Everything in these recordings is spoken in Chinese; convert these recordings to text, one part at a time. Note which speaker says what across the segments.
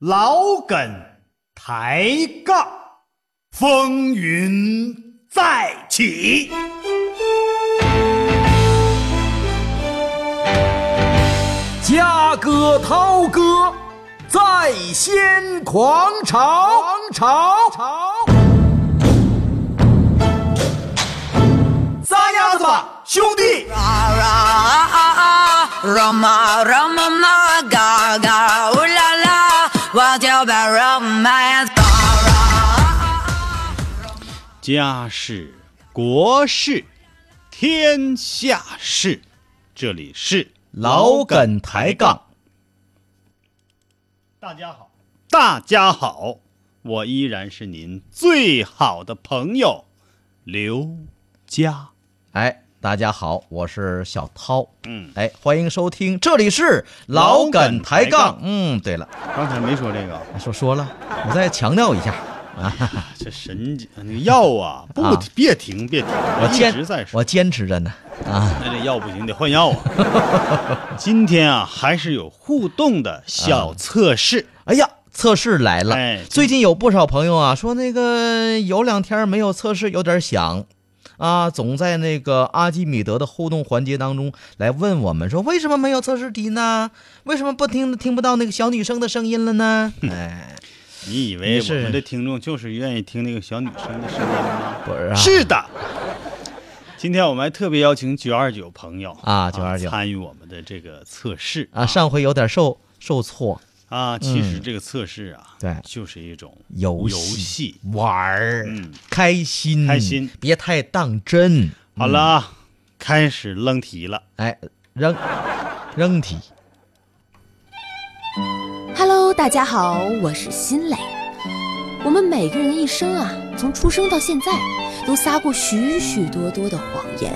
Speaker 1: 老梗抬杠，风云再起。
Speaker 2: 家歌涛歌在先狂潮，潮潮。
Speaker 1: 撒丫子吧，兄弟！
Speaker 3: Roma, Roma, ma ga ga, ooh la la, what's your bad romance? Ra, ra.
Speaker 1: 家事、国事、天下事，这里是
Speaker 2: 老梗抬杠。
Speaker 1: 大家好，大家好，我依然是您最好的朋友刘佳。
Speaker 2: 哎，大家好，我是小涛。
Speaker 1: 嗯，
Speaker 2: 哎，欢迎收听，这里是老梗抬
Speaker 1: 老梗抬
Speaker 2: 杠
Speaker 1: 杠。
Speaker 2: 嗯，对了，哎
Speaker 1: 刚才没说这个，
Speaker 2: 说说 了，我再强调一下，
Speaker 1: 这神经，你药啊，不、
Speaker 2: 啊
Speaker 1: 别停，别停，
Speaker 2: 我
Speaker 1: 一
Speaker 2: 坚
Speaker 1: 直在说。
Speaker 2: 我坚持着呢。啊，
Speaker 1: 那这药不行，得换药啊！今天啊，还是有互动的小测试。
Speaker 2: 哎呀。测试来了，
Speaker 1: 哎
Speaker 2: 最近有不少朋友啊说那个有两天没有测试，有点想，啊，总在那个阿基米德的互动环节当中来问我们说为什么没有测试题呢？为什么不听听不到那个小女生的声音 了呢？哎，
Speaker 1: 你以为
Speaker 2: 你
Speaker 1: 我
Speaker 2: 是
Speaker 1: 们的听众就是愿意听那个小女生的声音吗？
Speaker 2: 不是啊，
Speaker 1: 是的。今天我们还特别邀请九二九朋友
Speaker 2: 啊929
Speaker 1: 参与我们的这个测试
Speaker 2: 啊，上回有点受受挫，
Speaker 1: 啊。其实这个测试啊，
Speaker 2: 嗯对
Speaker 1: 就是一种
Speaker 2: 游
Speaker 1: 游
Speaker 2: 戏
Speaker 1: 戏。
Speaker 2: 玩儿，
Speaker 1: 嗯
Speaker 2: 开心
Speaker 1: 开心，
Speaker 2: 别太当真。
Speaker 1: 好了
Speaker 2: 嗯
Speaker 1: 啊，开始扔题了。
Speaker 2: 哎，扔扔题，
Speaker 4: Hello，大家好，我是辛磊。我们每个人的一生啊，从出生到现在，都撒过许许多多的谎言，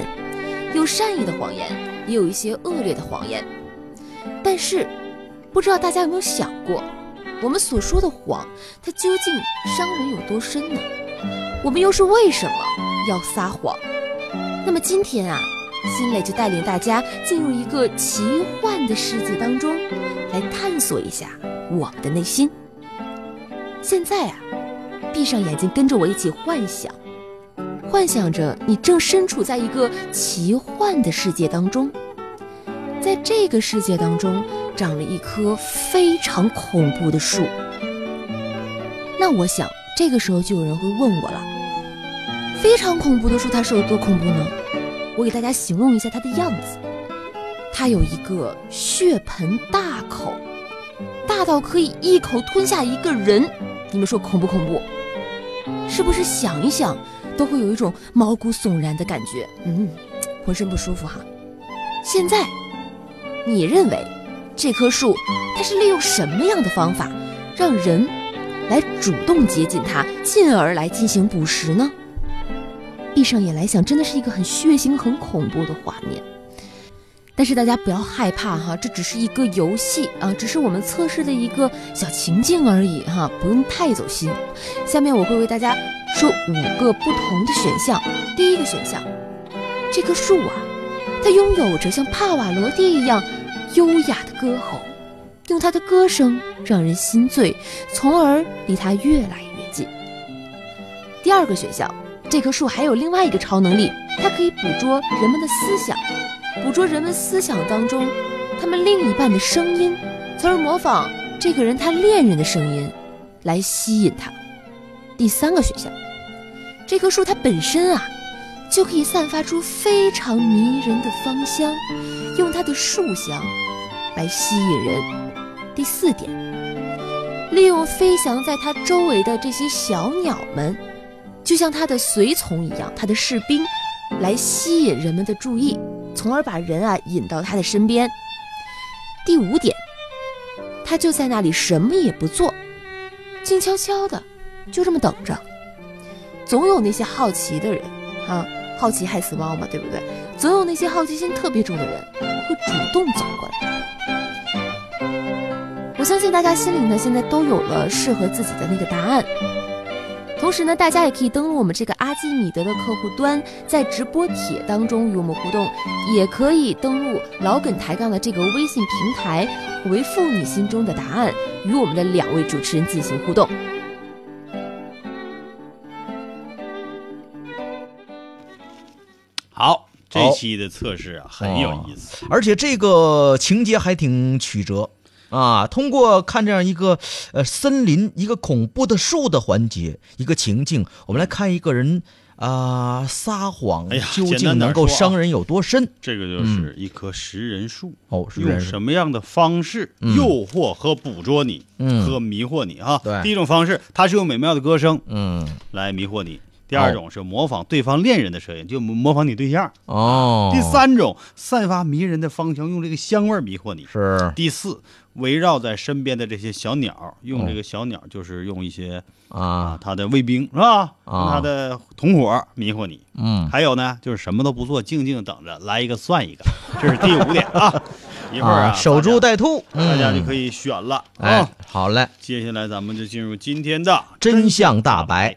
Speaker 4: 有善意的谎言，也有一些恶劣的谎言。但是，不知道大家有没有想过，我们所说的谎，它究竟伤人有多深呢？我们又是为什么要撒谎？那么今天啊，辛磊就带领大家进入一个奇幻的世界当中，来探索一下我们的内心。现在啊，闭上眼睛，跟着我一起幻想，幻想着你正身处在一个奇幻的世界当中，在这个世界当中长了一棵非常恐怖的树。那我想，这个时候就有人会问我了：非常恐怖的树，它是有多恐怖呢？我给大家形容一下它的样子。它有一个血盆大口，大到可以一口吞下一个人。你们说恐不恐怖？是不是想一想都会有一种毛骨悚然的感觉？嗯，浑身不舒服哈。现在，你认为这棵树它是利用什么样的方法让人来主动接近它，进而来进行捕食呢？闭上眼来想，真的是一个很血腥、很恐怖的画面。但是大家不要害怕哈，这只是一个游戏啊，只是我们测试的一个小情境而已哈，不用太走心。下面我会为大家说五个不同的选项。第一个选项，这棵树啊，它拥有着像帕瓦罗蒂一样优雅的歌喉，用它的歌声让人心醉，从而离它越来越近。第二个选项，这棵树还有另外一个超能力，它可以捕捉人们的思想。捕捉人们思想当中他们另一半的声音，从而模仿这个人他恋人的声音，来吸引他。第三个选项，这棵树它本身啊，就可以散发出非常迷人的芳香，用它的树香来吸引人。第四点，利用飞翔在它周围的这些小鸟们，就像它的随从一样，它的士兵，来吸引人们的注意。从而把人啊引到他的身边。第五点，他就在那里什么也不做，静悄悄的，就这么等着。总有那些好奇的人啊，好奇害死猫嘛，对不对？总有那些好奇心特别重的人会主动走过来。我相信大家心里呢现在都有了适合自己的那个答案。同时呢，大家也可以登录我们这个阿基米德的客户端，在直播帖当中与我们互动，也可以登录老梗抬杠的这个微信平台，回复你心中的答案，与我们的两位主持人进行互动。
Speaker 1: 好，这
Speaker 2: 好哦
Speaker 1: 期的测试啊很有意思，
Speaker 2: 而且这个情节还挺曲折啊。通过看这样一个呃森林一个恐怖的树的环节一个情境，我们来看一个人啊、撒谎
Speaker 1: 哎呀
Speaker 2: 究
Speaker 1: 简单
Speaker 2: 竟
Speaker 1: 点
Speaker 2: 能够
Speaker 1: 说啊
Speaker 2: 伤人有多深。
Speaker 1: 这个就是一棵食人树，
Speaker 2: 嗯哦，是不
Speaker 1: 用
Speaker 2: 是？
Speaker 1: 什么样的方式诱惑和捕捉你，
Speaker 2: 嗯
Speaker 1: 和迷惑你啊？
Speaker 2: 对
Speaker 1: 第一种方式，它是用美妙的歌声
Speaker 2: 嗯，
Speaker 1: 来迷惑你；第二种是模仿对方恋人的声音，就模模仿你对象；
Speaker 2: 哦，
Speaker 1: 第三种，散发迷人的芳香，用这个香味儿迷惑你；
Speaker 2: 是
Speaker 1: 第四，围绕在身边的这些小鸟，用这个小鸟就是用一些啊
Speaker 2: 哦啊，
Speaker 1: 它的卫兵是吧？
Speaker 2: 啊
Speaker 1: 它的同伙迷惑你。
Speaker 2: 嗯，
Speaker 1: 还有呢，就是什么都不做，静静等着，来一个算 一个，这是第五点啊。一会儿啊，
Speaker 2: 守株
Speaker 1: 大家
Speaker 2: 待兔，
Speaker 1: 大家就
Speaker 2: 以。
Speaker 1: 可以选了
Speaker 2: 哎
Speaker 1: 啊。，
Speaker 2: 好嘞，
Speaker 1: 接下来咱们就进入今天的
Speaker 2: 真相大白。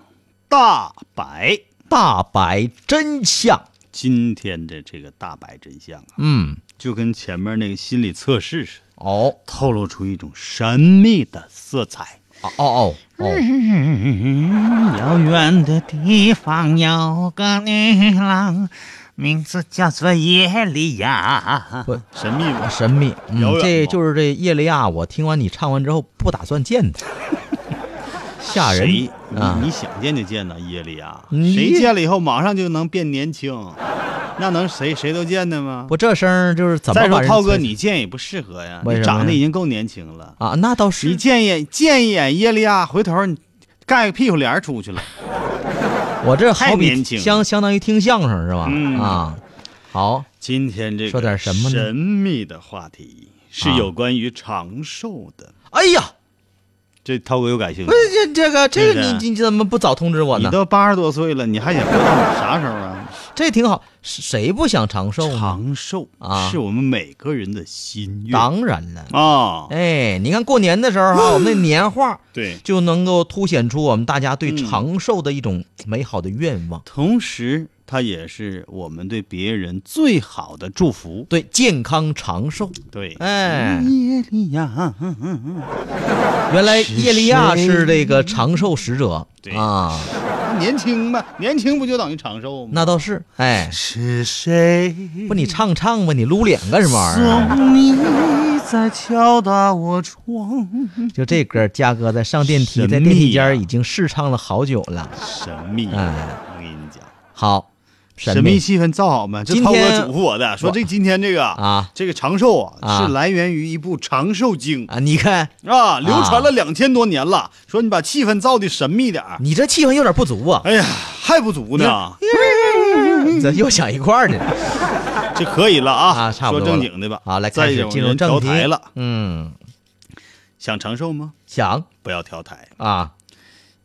Speaker 1: 大白，
Speaker 2: 大白真相，
Speaker 1: 今天的这个大白真相啊，
Speaker 2: 嗯，
Speaker 1: 就跟前面那个心理测试似的，
Speaker 2: 哦，
Speaker 1: 透露出一种神秘的色彩。
Speaker 2: 哦哦哦，
Speaker 5: 嗯，遥远的地方有个女郎，名字叫做耶利亚。
Speaker 1: 神秘吗？
Speaker 2: 神秘，
Speaker 1: 遥远
Speaker 2: 嗯，这
Speaker 1: 吗
Speaker 2: 就是这叶利亚。我听完你唱完之后，不打算 见他，吓人
Speaker 1: 谁？
Speaker 2: 啊
Speaker 1: 你你想见就见呢，耶利亚。
Speaker 2: 你
Speaker 1: 谁见了以后马上就能变年轻，那能谁谁都见的吗？
Speaker 2: 不，这声儿就是怎么
Speaker 1: 再
Speaker 2: 把
Speaker 1: 说
Speaker 2: 人
Speaker 1: 涛哥，
Speaker 2: 催
Speaker 1: 你见也不适合呀，
Speaker 2: 为什
Speaker 1: 你
Speaker 2: 么
Speaker 1: 长得
Speaker 2: 呀
Speaker 1: 已经够年轻了。
Speaker 2: 啊，那倒
Speaker 1: 你
Speaker 2: 是
Speaker 1: 见一眼见一眼耶利亚，回头你盖个屁股帘儿出去了。
Speaker 2: 我这
Speaker 1: 太
Speaker 2: 好
Speaker 1: 年
Speaker 2: 比
Speaker 1: 轻了
Speaker 2: 相相当于听相声是吧？
Speaker 1: 嗯
Speaker 2: 啊，好，
Speaker 1: 今天这个
Speaker 2: 说点什么呢
Speaker 1: 神秘的话题是
Speaker 2: 啊
Speaker 1: 有关于长寿的。
Speaker 2: 哎呀，
Speaker 1: 这涛哥有感兴趣
Speaker 2: 不？是这这个这
Speaker 1: 对
Speaker 2: 个
Speaker 1: 的
Speaker 2: 你你怎么不早通哎知我
Speaker 1: 你
Speaker 2: 呢？
Speaker 1: 都八十多岁了，你还想活到啥时候啊？
Speaker 2: 这挺好，谁不想长 寿呢？
Speaker 1: 长寿
Speaker 2: 啊
Speaker 1: 是我们每个人的心愿啊、
Speaker 2: 当然了，哎，你看过年的时候哈，我们那年画
Speaker 1: 对，
Speaker 2: 就能够凸显出我们大家对
Speaker 1: 嗯
Speaker 2: 长寿的一种美好的愿望，
Speaker 1: 同时它也是我们对别人最好的祝福。
Speaker 2: 对健康长寿。
Speaker 1: 对，
Speaker 2: 哎，
Speaker 1: 耶利亚，嗯嗯嗯
Speaker 2: 原来叶利亚是这个长寿使者
Speaker 1: 对
Speaker 2: 啊，
Speaker 1: 年轻嘛，年轻不就等于长寿吗？
Speaker 2: 那倒是。哎，
Speaker 5: 是谁
Speaker 2: 不你唱唱吧，你撸脸干什么玩意儿啊？
Speaker 5: 送你在敲打我窗？
Speaker 2: 就这歌，嘉哥在上电
Speaker 1: 神秘
Speaker 2: 梯，在
Speaker 1: 呀
Speaker 2: 电梯间已经试唱了好久了。
Speaker 1: 神秘，
Speaker 2: 哎
Speaker 1: 我跟你讲，
Speaker 2: 好，
Speaker 1: 神秘气氛造好吗？这
Speaker 2: 今
Speaker 1: 涛
Speaker 2: 天
Speaker 1: 哥嘱咐我的，说这今天这个
Speaker 2: 啊
Speaker 1: 这个长寿啊
Speaker 2: 啊
Speaker 1: 是来源于一部《长寿经》
Speaker 2: 啊！你看
Speaker 1: 啊，流传了两千多年了。说你把气氛造的神秘点儿，
Speaker 2: 你这气氛有点不足啊，
Speaker 1: 哎呀，还不足呢，
Speaker 2: 嗯
Speaker 1: 嗯
Speaker 2: 这又想一块儿去了
Speaker 1: 这可以了啊。
Speaker 2: 啊，差不
Speaker 1: 说
Speaker 2: 多
Speaker 1: 正经的吧，
Speaker 2: 好，来
Speaker 1: 再
Speaker 2: 开
Speaker 1: 一
Speaker 2: 始
Speaker 1: 种
Speaker 2: 进入
Speaker 1: 人
Speaker 2: 正
Speaker 1: 调
Speaker 2: 题
Speaker 1: 台了，
Speaker 2: 嗯，
Speaker 1: 想长寿吗？
Speaker 2: 想
Speaker 1: 不要调台，
Speaker 2: 啊，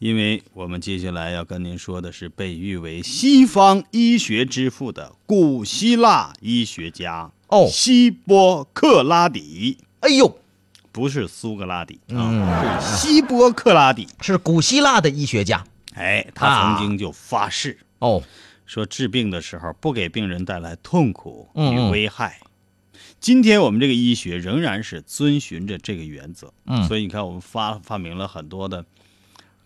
Speaker 1: 因为我们接下来要跟您说的是被誉为西方医学之父的古希腊医学家
Speaker 2: 哦
Speaker 1: 希波克拉底，
Speaker 2: 哎呦，
Speaker 1: 不是苏格拉底
Speaker 2: 嗯
Speaker 1: 啊，是希波克拉底。
Speaker 2: 是古希腊的医学家
Speaker 1: 哎，他曾经就发誓
Speaker 2: 哦，
Speaker 1: 说，治病的时候不给病人带来痛苦
Speaker 2: 嗯
Speaker 1: 与
Speaker 2: 嗯
Speaker 1: 危害。今天我们这个医学仍然是遵循着这个原则，
Speaker 2: 嗯
Speaker 1: 所以你看，我们发发明了很多的，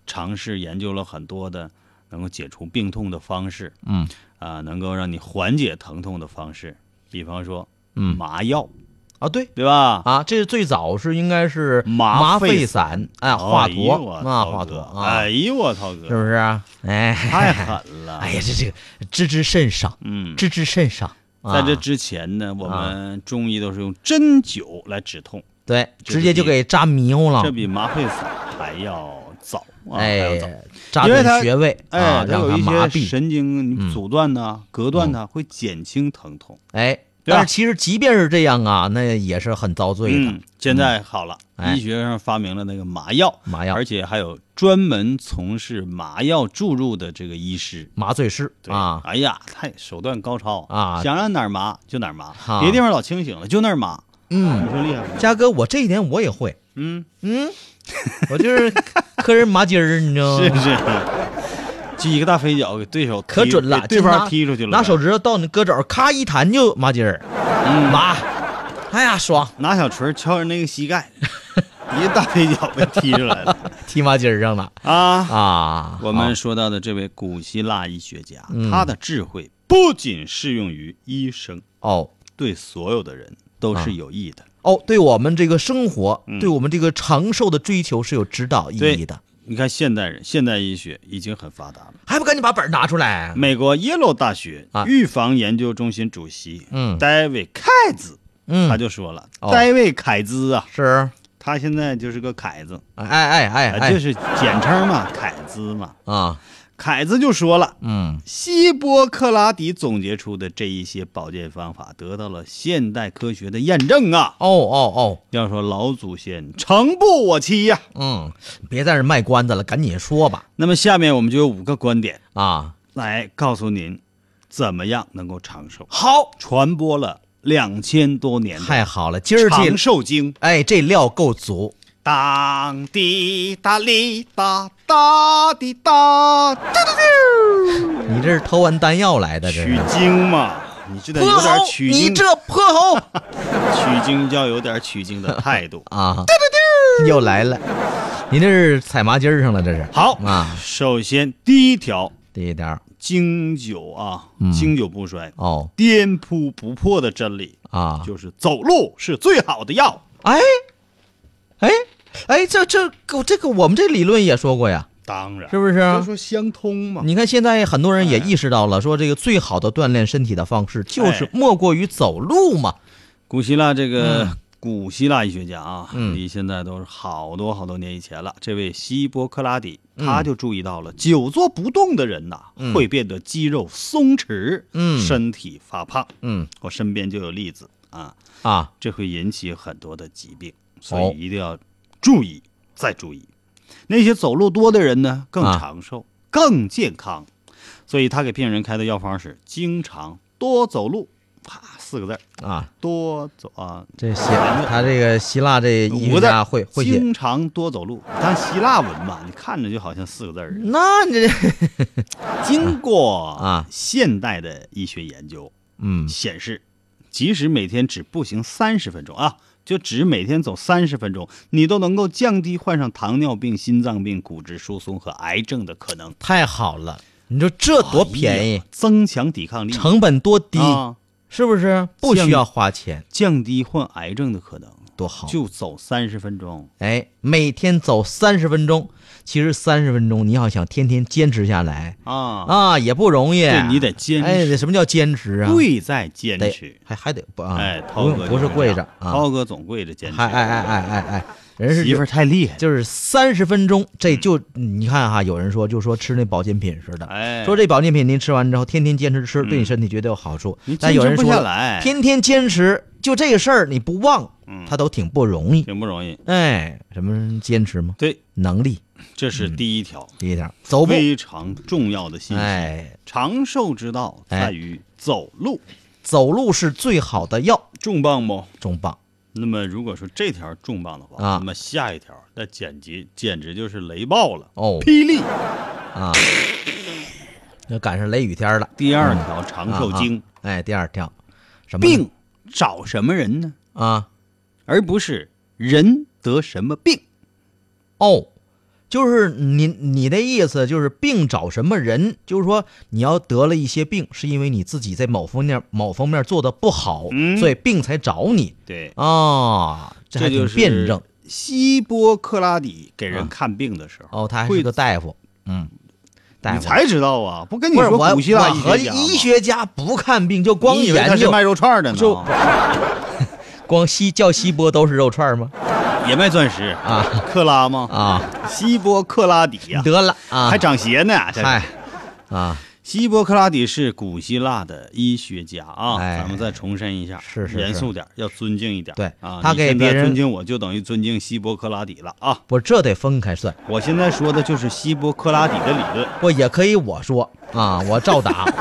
Speaker 1: 尝试研究了很多的能够解除病痛的方式，
Speaker 2: 嗯
Speaker 1: 啊、能够让你缓解疼痛的方式，比方说，
Speaker 2: 嗯
Speaker 1: 麻药，
Speaker 2: 啊，对
Speaker 1: 对吧？
Speaker 2: 啊，这最早是应该是
Speaker 1: 麻
Speaker 2: 麻
Speaker 1: 沸
Speaker 2: 沸散，哎，华
Speaker 1: 哎呦
Speaker 2: 佗
Speaker 1: 我
Speaker 2: 啊，
Speaker 1: 涛
Speaker 2: 华
Speaker 1: 哥
Speaker 2: 佗啊
Speaker 1: 哎，呦我涛哥，
Speaker 2: 是不是啊？ 哎，
Speaker 1: 太狠了？
Speaker 2: 哎呀，这这个知之甚少，
Speaker 1: 嗯，
Speaker 2: 知之甚少。啊啊
Speaker 1: 在这之前呢，我们中医都是用针灸来止痛，
Speaker 2: 对，
Speaker 1: 这
Speaker 2: 直
Speaker 1: 是
Speaker 2: 接就
Speaker 1: 第一
Speaker 2: 给扎迷糊了
Speaker 1: 这，比麻沸散还要早啊，还要早。
Speaker 2: 啊哎，扎
Speaker 1: 因为它
Speaker 2: 点穴位啊
Speaker 1: 哎，，它
Speaker 2: 让
Speaker 1: 有
Speaker 2: 他
Speaker 1: 一
Speaker 2: 麻
Speaker 1: 些
Speaker 2: 痹，
Speaker 1: 神
Speaker 2: 嗯
Speaker 1: 经阻断呐、隔断呐，会减轻疼痛。
Speaker 2: 哎。
Speaker 1: 对吧
Speaker 2: 但是其实即便是这样啊，那也是很遭罪的。
Speaker 1: 嗯，现在好了，
Speaker 2: 哎
Speaker 1: 医学上发明了那个麻药，
Speaker 2: 麻药
Speaker 1: 而且还有专门从事麻药注入的这个医师。
Speaker 2: 麻醉师
Speaker 1: 对
Speaker 2: 啊，
Speaker 1: 哎呀，太手段高超
Speaker 2: 啊
Speaker 1: 想让哪儿麻就哪儿麻
Speaker 2: 哈，
Speaker 1: 别地方老清醒了就那儿麻，啊
Speaker 2: 嗯，
Speaker 1: 你说厉害不？
Speaker 2: 嘉哥，我这一点我也 会，
Speaker 1: 嗯，
Speaker 2: 嗯，我就是磕人麻筋儿，你知道 吗？
Speaker 1: 是是， 就一个大飞脚给对手踢
Speaker 2: 可准了，
Speaker 1: 给对
Speaker 2: 就
Speaker 1: 方
Speaker 2: 拿
Speaker 1: 踢出去了，
Speaker 2: 拿手指头到你胳肘，咔一弹就麻筋儿，
Speaker 1: 嗯
Speaker 2: 麻，哎呀爽，
Speaker 1: 拿小锤敲人那个膝盖，一个大飞脚被踢出来了
Speaker 2: 踢麻筋儿上了
Speaker 1: 啊！
Speaker 2: 啊！
Speaker 1: 我们说到的这位古希腊医学家，
Speaker 2: 嗯
Speaker 1: 他的智慧不仅适用于医生，
Speaker 2: 哦
Speaker 1: 对所有的人都
Speaker 2: 啊
Speaker 1: 是有益的。
Speaker 2: 哦，对我们这个生活，
Speaker 1: 嗯
Speaker 2: 对我们这个长寿的追求是有指导意义的，
Speaker 1: 你看现代人，现代医学已经很发达了。
Speaker 2: 还不赶紧把本儿拿出来？
Speaker 1: 美国耶鲁大学
Speaker 2: 嗯啊
Speaker 1: 预防研究中心主席
Speaker 2: 嗯
Speaker 1: 戴维凯兹，他
Speaker 2: 嗯，
Speaker 1: 就说了，
Speaker 2: 哦
Speaker 1: 戴维凯兹啊，
Speaker 2: 是，
Speaker 1: 他现在就是个凯子，
Speaker 2: 哎哎哎
Speaker 1: 啊
Speaker 2: 哎，
Speaker 1: 就是简称嘛，凯兹嘛。
Speaker 2: 啊，
Speaker 1: 凯子就说了，
Speaker 2: 嗯
Speaker 1: 希波克拉底总结出的这一些保健方法得到了现代科学的验证啊！
Speaker 2: 哦哦哦，
Speaker 1: 要说老祖先诚不我欺呀、
Speaker 2: 嗯，别在这儿卖关子了，赶紧说吧
Speaker 1: 那么下面我们就有五个观点
Speaker 2: 啊！
Speaker 1: 来告诉您，怎么样能够长寿。
Speaker 2: 好，
Speaker 1: 传播了两千多年的
Speaker 2: 太好了，今儿
Speaker 1: 长
Speaker 2: 这
Speaker 1: 寿经，
Speaker 2: 哎这料够足，
Speaker 1: 当滴答哩哒哒滴答，
Speaker 2: 你这是偷完丹药来的，这
Speaker 1: 取
Speaker 2: 是。
Speaker 1: 经嘛，你这得
Speaker 2: 泼
Speaker 1: 有点
Speaker 2: 猴，
Speaker 1: 取
Speaker 2: 你
Speaker 1: 经，
Speaker 2: 这泼猴
Speaker 1: 取经要有点取经的态度。
Speaker 2: 啊！又来了，你这是踩麻筋儿上了，这是。
Speaker 1: 好
Speaker 2: 啊，
Speaker 1: 首先第一条，
Speaker 2: 第一条
Speaker 1: 经久啊，
Speaker 2: 嗯
Speaker 1: 经久不衰，
Speaker 2: 哦
Speaker 1: 颠扑不破的真理
Speaker 2: 啊，
Speaker 1: 就是走路是最好的药。
Speaker 2: 哎哎哎，这这个这个我们这理论也说过呀，
Speaker 1: 当然，
Speaker 2: 是不是？
Speaker 1: 都说相通嘛。
Speaker 2: 你看现在很多人也意识到了，说这个最好的锻炼身体的方式就是
Speaker 1: 哎
Speaker 2: 莫过于走路嘛。
Speaker 1: 古希腊这个古希腊医学家啊，
Speaker 2: 嗯
Speaker 1: 离现在都是好多好多年以前了。这位希波克拉底，
Speaker 2: 嗯
Speaker 1: 他就注意到了久坐不动的人呐，
Speaker 2: 嗯
Speaker 1: 会变得肌肉松弛，
Speaker 2: 嗯
Speaker 1: 身体发胖。
Speaker 2: 嗯
Speaker 1: 我身边就有例子啊，
Speaker 2: 啊，
Speaker 1: 这会引起很多的疾病，
Speaker 2: 哦
Speaker 1: 所以一定要注意、再注意。那些走路多的人呢，更
Speaker 2: 啊
Speaker 1: 长寿、更健康，所以他给病人开的药方是经常多走路，啪四个字儿
Speaker 2: 啊，
Speaker 1: 多走啊，
Speaker 2: 这希他这个希腊这
Speaker 1: 五
Speaker 2: 艺
Speaker 1: 个
Speaker 2: 术
Speaker 1: 字
Speaker 2: 家
Speaker 1: 儿
Speaker 2: 会会写，
Speaker 1: 经常多走路。但希腊文吧，你看着就好像四个字儿。
Speaker 2: 那你这
Speaker 1: 经过
Speaker 2: 啊
Speaker 1: 现代的医学研究
Speaker 2: 嗯
Speaker 1: 显示，即使每天只步行三十分钟啊，就只每天走三十分钟，你都能够降低患上糖尿病、心脏病、骨质疏松和癌症的可能。
Speaker 2: 太好了，你说这多便宜
Speaker 1: 哎呀，增强抵抗力，
Speaker 2: 成本多低，
Speaker 1: 啊，
Speaker 2: 是不是？不需要花钱，
Speaker 1: 降低患癌症的可能。
Speaker 2: 多好。
Speaker 1: 就走三十分钟，
Speaker 2: 哎，每天走三十分钟，其实三十分钟你要想天天坚持下来
Speaker 1: 啊，
Speaker 2: 啊，也不容易。
Speaker 1: 对你得坚持
Speaker 2: 哎，这什么叫坚持啊？
Speaker 1: 贵在坚
Speaker 2: 得
Speaker 1: 持。
Speaker 2: 还还得不啊？
Speaker 1: 哎，
Speaker 2: 不
Speaker 1: 涛
Speaker 2: 用
Speaker 1: 哥
Speaker 2: 不
Speaker 1: 就是
Speaker 2: 跪着
Speaker 1: 这样
Speaker 2: 啊，
Speaker 1: 涛哥总跪着坚持。
Speaker 2: 还哎哎哎哎哎，人是
Speaker 1: 媳妇儿太厉害了，
Speaker 2: 就是三十分钟，这就你看哈，有人说就说吃那保健品似的，
Speaker 1: 哎，
Speaker 2: 说这保健品您吃完之后，天天坚持吃，对
Speaker 1: 嗯
Speaker 2: 你身体绝对有好处
Speaker 1: 你。
Speaker 2: 但
Speaker 1: 坚
Speaker 2: 有
Speaker 1: 持
Speaker 2: 人
Speaker 1: 不
Speaker 2: 说
Speaker 1: 下
Speaker 2: 了
Speaker 1: 来
Speaker 2: 天天坚持，就这个事儿你不忘，
Speaker 1: 嗯
Speaker 2: 他都挺不容易。
Speaker 1: 挺不容易。
Speaker 2: 哎，什么坚持吗？
Speaker 1: 对，
Speaker 2: 能力
Speaker 1: 这是第一条
Speaker 2: 第一条，走步。
Speaker 1: 非常重要的信息。
Speaker 2: 嗯哎，
Speaker 1: 长寿之道在于走路，
Speaker 2: 走路是最好的药，
Speaker 1: 重磅不？
Speaker 2: 重磅。
Speaker 1: 那么如果说这条重磅的话，
Speaker 2: 啊
Speaker 1: 那么下一条那简直简直就是雷暴了，
Speaker 2: 哦
Speaker 1: 霹雳。
Speaker 2: 啊，要赶上雷雨天了。
Speaker 1: 第二条长寿经，
Speaker 2: 啊啊哎，第二条，什么呢
Speaker 1: 病找什么人呢？
Speaker 2: 啊？
Speaker 1: 而不是人得什么病。
Speaker 2: 哦，就是你你的意思就是病找什么人？就是说你要得了一些病，是因为你自己在某方面某方面做的不好，
Speaker 1: 嗯
Speaker 2: 所以病才找你
Speaker 1: 对，
Speaker 2: 啊、哦。
Speaker 1: 就
Speaker 2: 还挺
Speaker 1: 是
Speaker 2: 辩证。
Speaker 1: 希波克拉底给人
Speaker 2: 啊
Speaker 1: 看病的时候，
Speaker 2: 哦，他还
Speaker 1: 会
Speaker 2: 是个大夫，嗯，大
Speaker 1: 你
Speaker 2: 夫。
Speaker 1: 才知道啊！不跟你
Speaker 2: 不是
Speaker 1: 说
Speaker 2: 我，
Speaker 1: 古希腊
Speaker 2: 我和
Speaker 1: 医学家吗
Speaker 2: 医学家不看病就光
Speaker 1: 你以为他
Speaker 2: 研
Speaker 1: 是
Speaker 2: 究，
Speaker 1: 卖肉串儿的呢？
Speaker 2: 就光西叫西波都是肉串吗？
Speaker 1: 也卖钻石
Speaker 2: 啊，
Speaker 1: 克拉吗？
Speaker 2: 啊，
Speaker 1: 西波克拉底呀，
Speaker 2: 得了啊，
Speaker 1: 还长鞋呢。这
Speaker 2: 嗨啊，
Speaker 1: 希波克拉底是古希腊的医学家啊，
Speaker 2: 哎
Speaker 1: 咱们再重申一下，
Speaker 2: 是是是
Speaker 1: 严肃点，要尊敬一点。
Speaker 2: 对
Speaker 1: 啊，
Speaker 2: 他
Speaker 1: 你
Speaker 2: 给
Speaker 1: 现
Speaker 2: 别
Speaker 1: 在
Speaker 2: 人
Speaker 1: 尊敬我，就等于尊敬希波克拉底了啊！
Speaker 2: 不，这得分开算，
Speaker 1: 我现在说的就是希波克拉底的理论。
Speaker 2: 不也可以我说啊，我照打。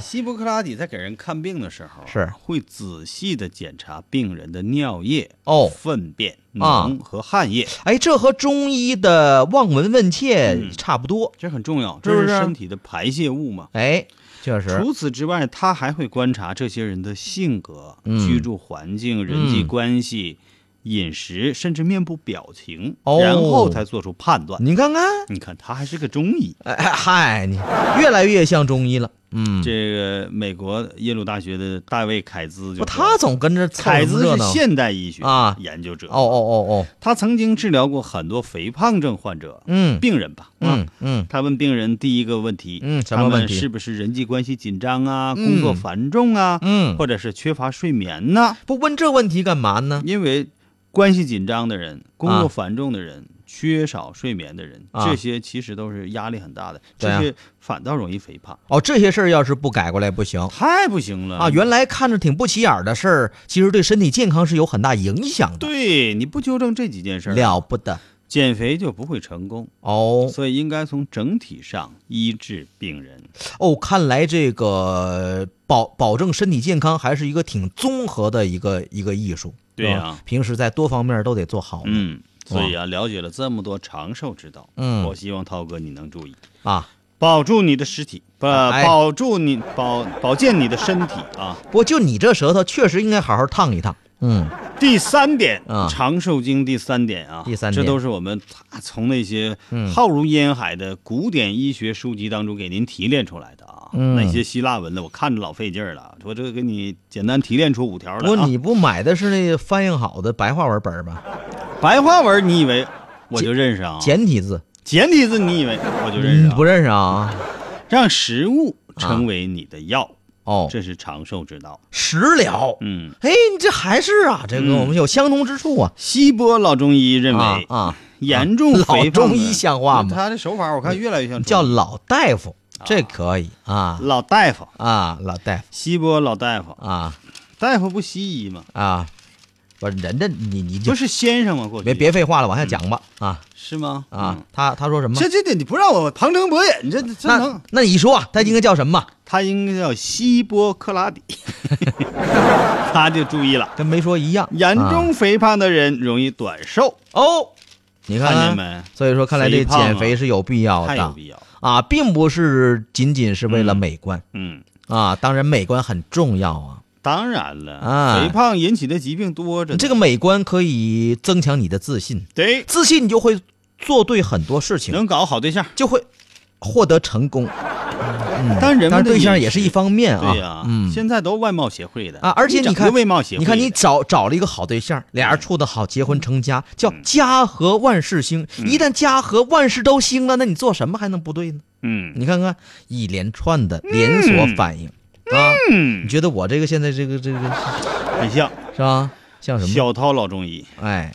Speaker 1: 希波克拉底在给人看病的时候，
Speaker 2: 是
Speaker 1: 会仔细的检查病人的尿液、
Speaker 2: 哦
Speaker 1: 粪便、
Speaker 2: 啊
Speaker 1: 脓和汗液，
Speaker 2: 哎，这和中医的望闻问
Speaker 1: 嗯
Speaker 2: 切差不多。
Speaker 1: 这很重要，
Speaker 2: 是
Speaker 1: 这
Speaker 2: 不是
Speaker 1: 是身体的排泄物嘛。
Speaker 2: 哎，确实，
Speaker 1: 除此之外，他还会观察这些人的性格、
Speaker 2: 嗯
Speaker 1: 居住环境、人际
Speaker 2: 嗯
Speaker 1: 关系、饮食，甚至面部表情，
Speaker 2: 哦
Speaker 1: 然后才做出判断。
Speaker 2: 你看看，
Speaker 1: 你看，他还是个中医。
Speaker 2: 哎哎嗨，你越来越像中医了。嗯，
Speaker 1: 这个美国耶鲁大学的大卫凯兹就说
Speaker 2: 不，他总跟着凑
Speaker 1: 凯
Speaker 2: 什么
Speaker 1: 兹
Speaker 2: 热
Speaker 1: 是
Speaker 2: 闹。
Speaker 1: 现代医学
Speaker 2: 啊
Speaker 1: 研究者
Speaker 2: 哦哦哦哦，
Speaker 1: 他曾经治疗过很多肥胖症患者，
Speaker 2: 嗯
Speaker 1: 病人吧， 啊
Speaker 2: 嗯嗯，
Speaker 1: 他问病人第一个问题，
Speaker 2: 嗯什
Speaker 1: 他
Speaker 2: 么问
Speaker 1: 们
Speaker 2: 题
Speaker 1: 是不是人际关系紧张啊，
Speaker 2: 嗯
Speaker 1: 工作繁重啊，
Speaker 2: 嗯
Speaker 1: 或者是缺乏睡眠呢、
Speaker 2: 不问这问题干嘛呢？
Speaker 1: 因为关系紧张的人、工
Speaker 2: 啊
Speaker 1: 作繁重的人、缺少睡眠的人，
Speaker 2: 啊
Speaker 1: 这些其实都是压力很大的，
Speaker 2: 对啊
Speaker 1: 这些反倒容易肥胖，
Speaker 2: 哦，这些事儿要是不改过来不行
Speaker 1: 太不行了
Speaker 2: 啊！原来看着挺不起眼儿的事儿，其实对身体健康是有很大影响的，
Speaker 1: 对你不纠正这几件事儿，
Speaker 2: 了不得
Speaker 1: 减肥就不会成功。
Speaker 2: 哦
Speaker 1: 所以应该从整体上医治病人。
Speaker 2: 哦！看来这个保保证身体健康还是一个挺综合的一个一个艺术，
Speaker 1: 对呀
Speaker 2: 是吧平时在多方面都得做好。
Speaker 1: 嗯，所以啊，了解了这么多长寿之道，
Speaker 2: 嗯
Speaker 1: 我希望涛哥你能注意。
Speaker 2: 啊，
Speaker 1: 保住你的尸体，不、
Speaker 2: 哎
Speaker 1: 保住你保保健你的身体啊！
Speaker 2: 不过就你这舌头，确实应该好好烫一烫。嗯，
Speaker 1: 第三点
Speaker 2: 啊
Speaker 1: 长寿经第三点啊，
Speaker 2: 第三点
Speaker 1: 这都是我们啊从那些
Speaker 2: 嗯
Speaker 1: 浩如烟海的古典医学书籍当中给您提炼出来的啊。
Speaker 2: 嗯
Speaker 1: 那些希腊文的我看着老费劲儿了，我这给你简单提炼出五条
Speaker 2: 不
Speaker 1: 来、啊。
Speaker 2: 过你不买的是那翻译好的白话文本儿吧？
Speaker 1: 白话文你以为我就认识啊？
Speaker 2: 简体字，
Speaker 1: 简体字你以为我就认识
Speaker 2: 嗯，
Speaker 1: 啊？
Speaker 2: 不认识啊？
Speaker 1: 让食物成为你的药，
Speaker 2: 哦，
Speaker 1: 这是长寿之道。
Speaker 2: 食疗。
Speaker 1: 嗯，
Speaker 2: 哎，你这还是啊，这个
Speaker 1: 嗯
Speaker 2: 我们有相同之处啊。
Speaker 1: 西波老中医认
Speaker 2: 啊
Speaker 1: 为，
Speaker 2: 啊，
Speaker 1: 严重肥胖的
Speaker 2: 老中医像话吗
Speaker 1: 他的手法我看越来越像
Speaker 2: 叫
Speaker 1: 中医
Speaker 2: 老大夫，这可以啊
Speaker 1: 老大夫，
Speaker 2: 啊，老大夫
Speaker 1: 西波老大夫，
Speaker 2: 啊
Speaker 1: 大夫不西医吗？
Speaker 2: 啊，不是人家你你就
Speaker 1: 不是先生吗？过去
Speaker 2: 别别废话了，往下讲吧啊
Speaker 1: 是吗？
Speaker 2: 啊
Speaker 1: 嗯，，
Speaker 2: 他他说什么？
Speaker 1: 这这这你不让我旁征博引，这这这
Speaker 2: 那
Speaker 1: 能？
Speaker 2: 那你说啊他应该叫什么？
Speaker 1: 他应该叫西波克 拉底，他就注意了。
Speaker 2: 跟没说一样。
Speaker 1: 严
Speaker 2: 啊
Speaker 1: 重肥胖的人容易短寿，
Speaker 2: 哦，你看
Speaker 1: 看见
Speaker 2: 看，
Speaker 1: 没？
Speaker 2: 所以说看来这
Speaker 1: 肥胖啊
Speaker 2: 减肥是有必要
Speaker 1: 太有
Speaker 2: 的
Speaker 1: 必要了。
Speaker 2: 啊，并不是仅仅是为了美观
Speaker 1: 嗯，
Speaker 2: 啊，当然美观很重要啊。
Speaker 1: 当然了，
Speaker 2: 啊
Speaker 1: 肥胖引起的疾病多着呢。
Speaker 2: 这个美观可以增强你的自信，
Speaker 1: 对，
Speaker 2: 自信你就会做对很多事情，
Speaker 1: 能搞好对象，
Speaker 2: 就会获得成功。
Speaker 1: 但人们
Speaker 2: 当然，
Speaker 1: 的
Speaker 2: 对象
Speaker 1: 饮
Speaker 2: 嗯也是
Speaker 1: 食
Speaker 2: 一。方面啊。
Speaker 1: 对呀、
Speaker 2: 嗯
Speaker 1: 现在都外貌协会的
Speaker 2: 啊，而且
Speaker 1: 一整
Speaker 2: 你看
Speaker 1: 个外貌协会，嗯
Speaker 2: 你看你找找了一个好对象，俩人处得好，结婚成家，叫家和万事兴。
Speaker 1: 嗯
Speaker 2: 一旦家和万事都兴了，那你做什么还能不对呢？
Speaker 1: 嗯
Speaker 2: 你看看一连串的连锁反应啊！你
Speaker 1: 嗯，
Speaker 2: 觉得我这个现在这个这个
Speaker 1: 很像
Speaker 2: 是吧？像什么？
Speaker 1: 哎小涛老中医。
Speaker 2: 哎，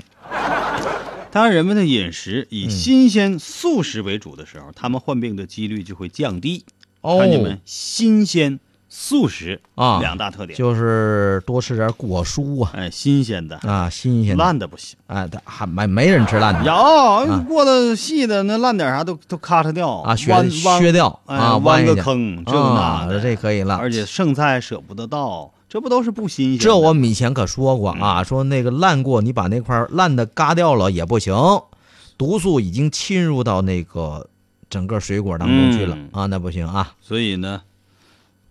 Speaker 1: 当人们的饮食以
Speaker 2: 嗯
Speaker 1: 新鲜素食为主的时候，他们患病的几率就会降低。
Speaker 2: 哦
Speaker 1: 看见没？新鲜素食
Speaker 2: 啊
Speaker 1: 两大特点。
Speaker 2: 就是多吃点果蔬啊
Speaker 1: 哎，新鲜的，
Speaker 2: 啊，新鲜的
Speaker 1: 烂的不行。
Speaker 2: 啊，但还没没人吃烂的
Speaker 1: 有
Speaker 2: 啊
Speaker 1: 过的细的那烂点啥都都咔嚓掉
Speaker 2: 啊，削
Speaker 1: 弯弯
Speaker 2: 削掉
Speaker 1: 哎
Speaker 2: 啊，
Speaker 1: 弯
Speaker 2: 一
Speaker 1: 个
Speaker 2: 点
Speaker 1: 坑，这个那
Speaker 2: 啊，
Speaker 1: 的，
Speaker 2: 这可以了，
Speaker 1: 而且剩菜舍不得倒，这不都是不新鲜的？嗯
Speaker 2: 这我们以前可说过啊，说那个烂过，你把那块烂的嘎掉了也不行，毒素已经侵入到那个整个水果当中去了、
Speaker 1: 嗯
Speaker 2: 啊，那不行啊
Speaker 1: 所以呢，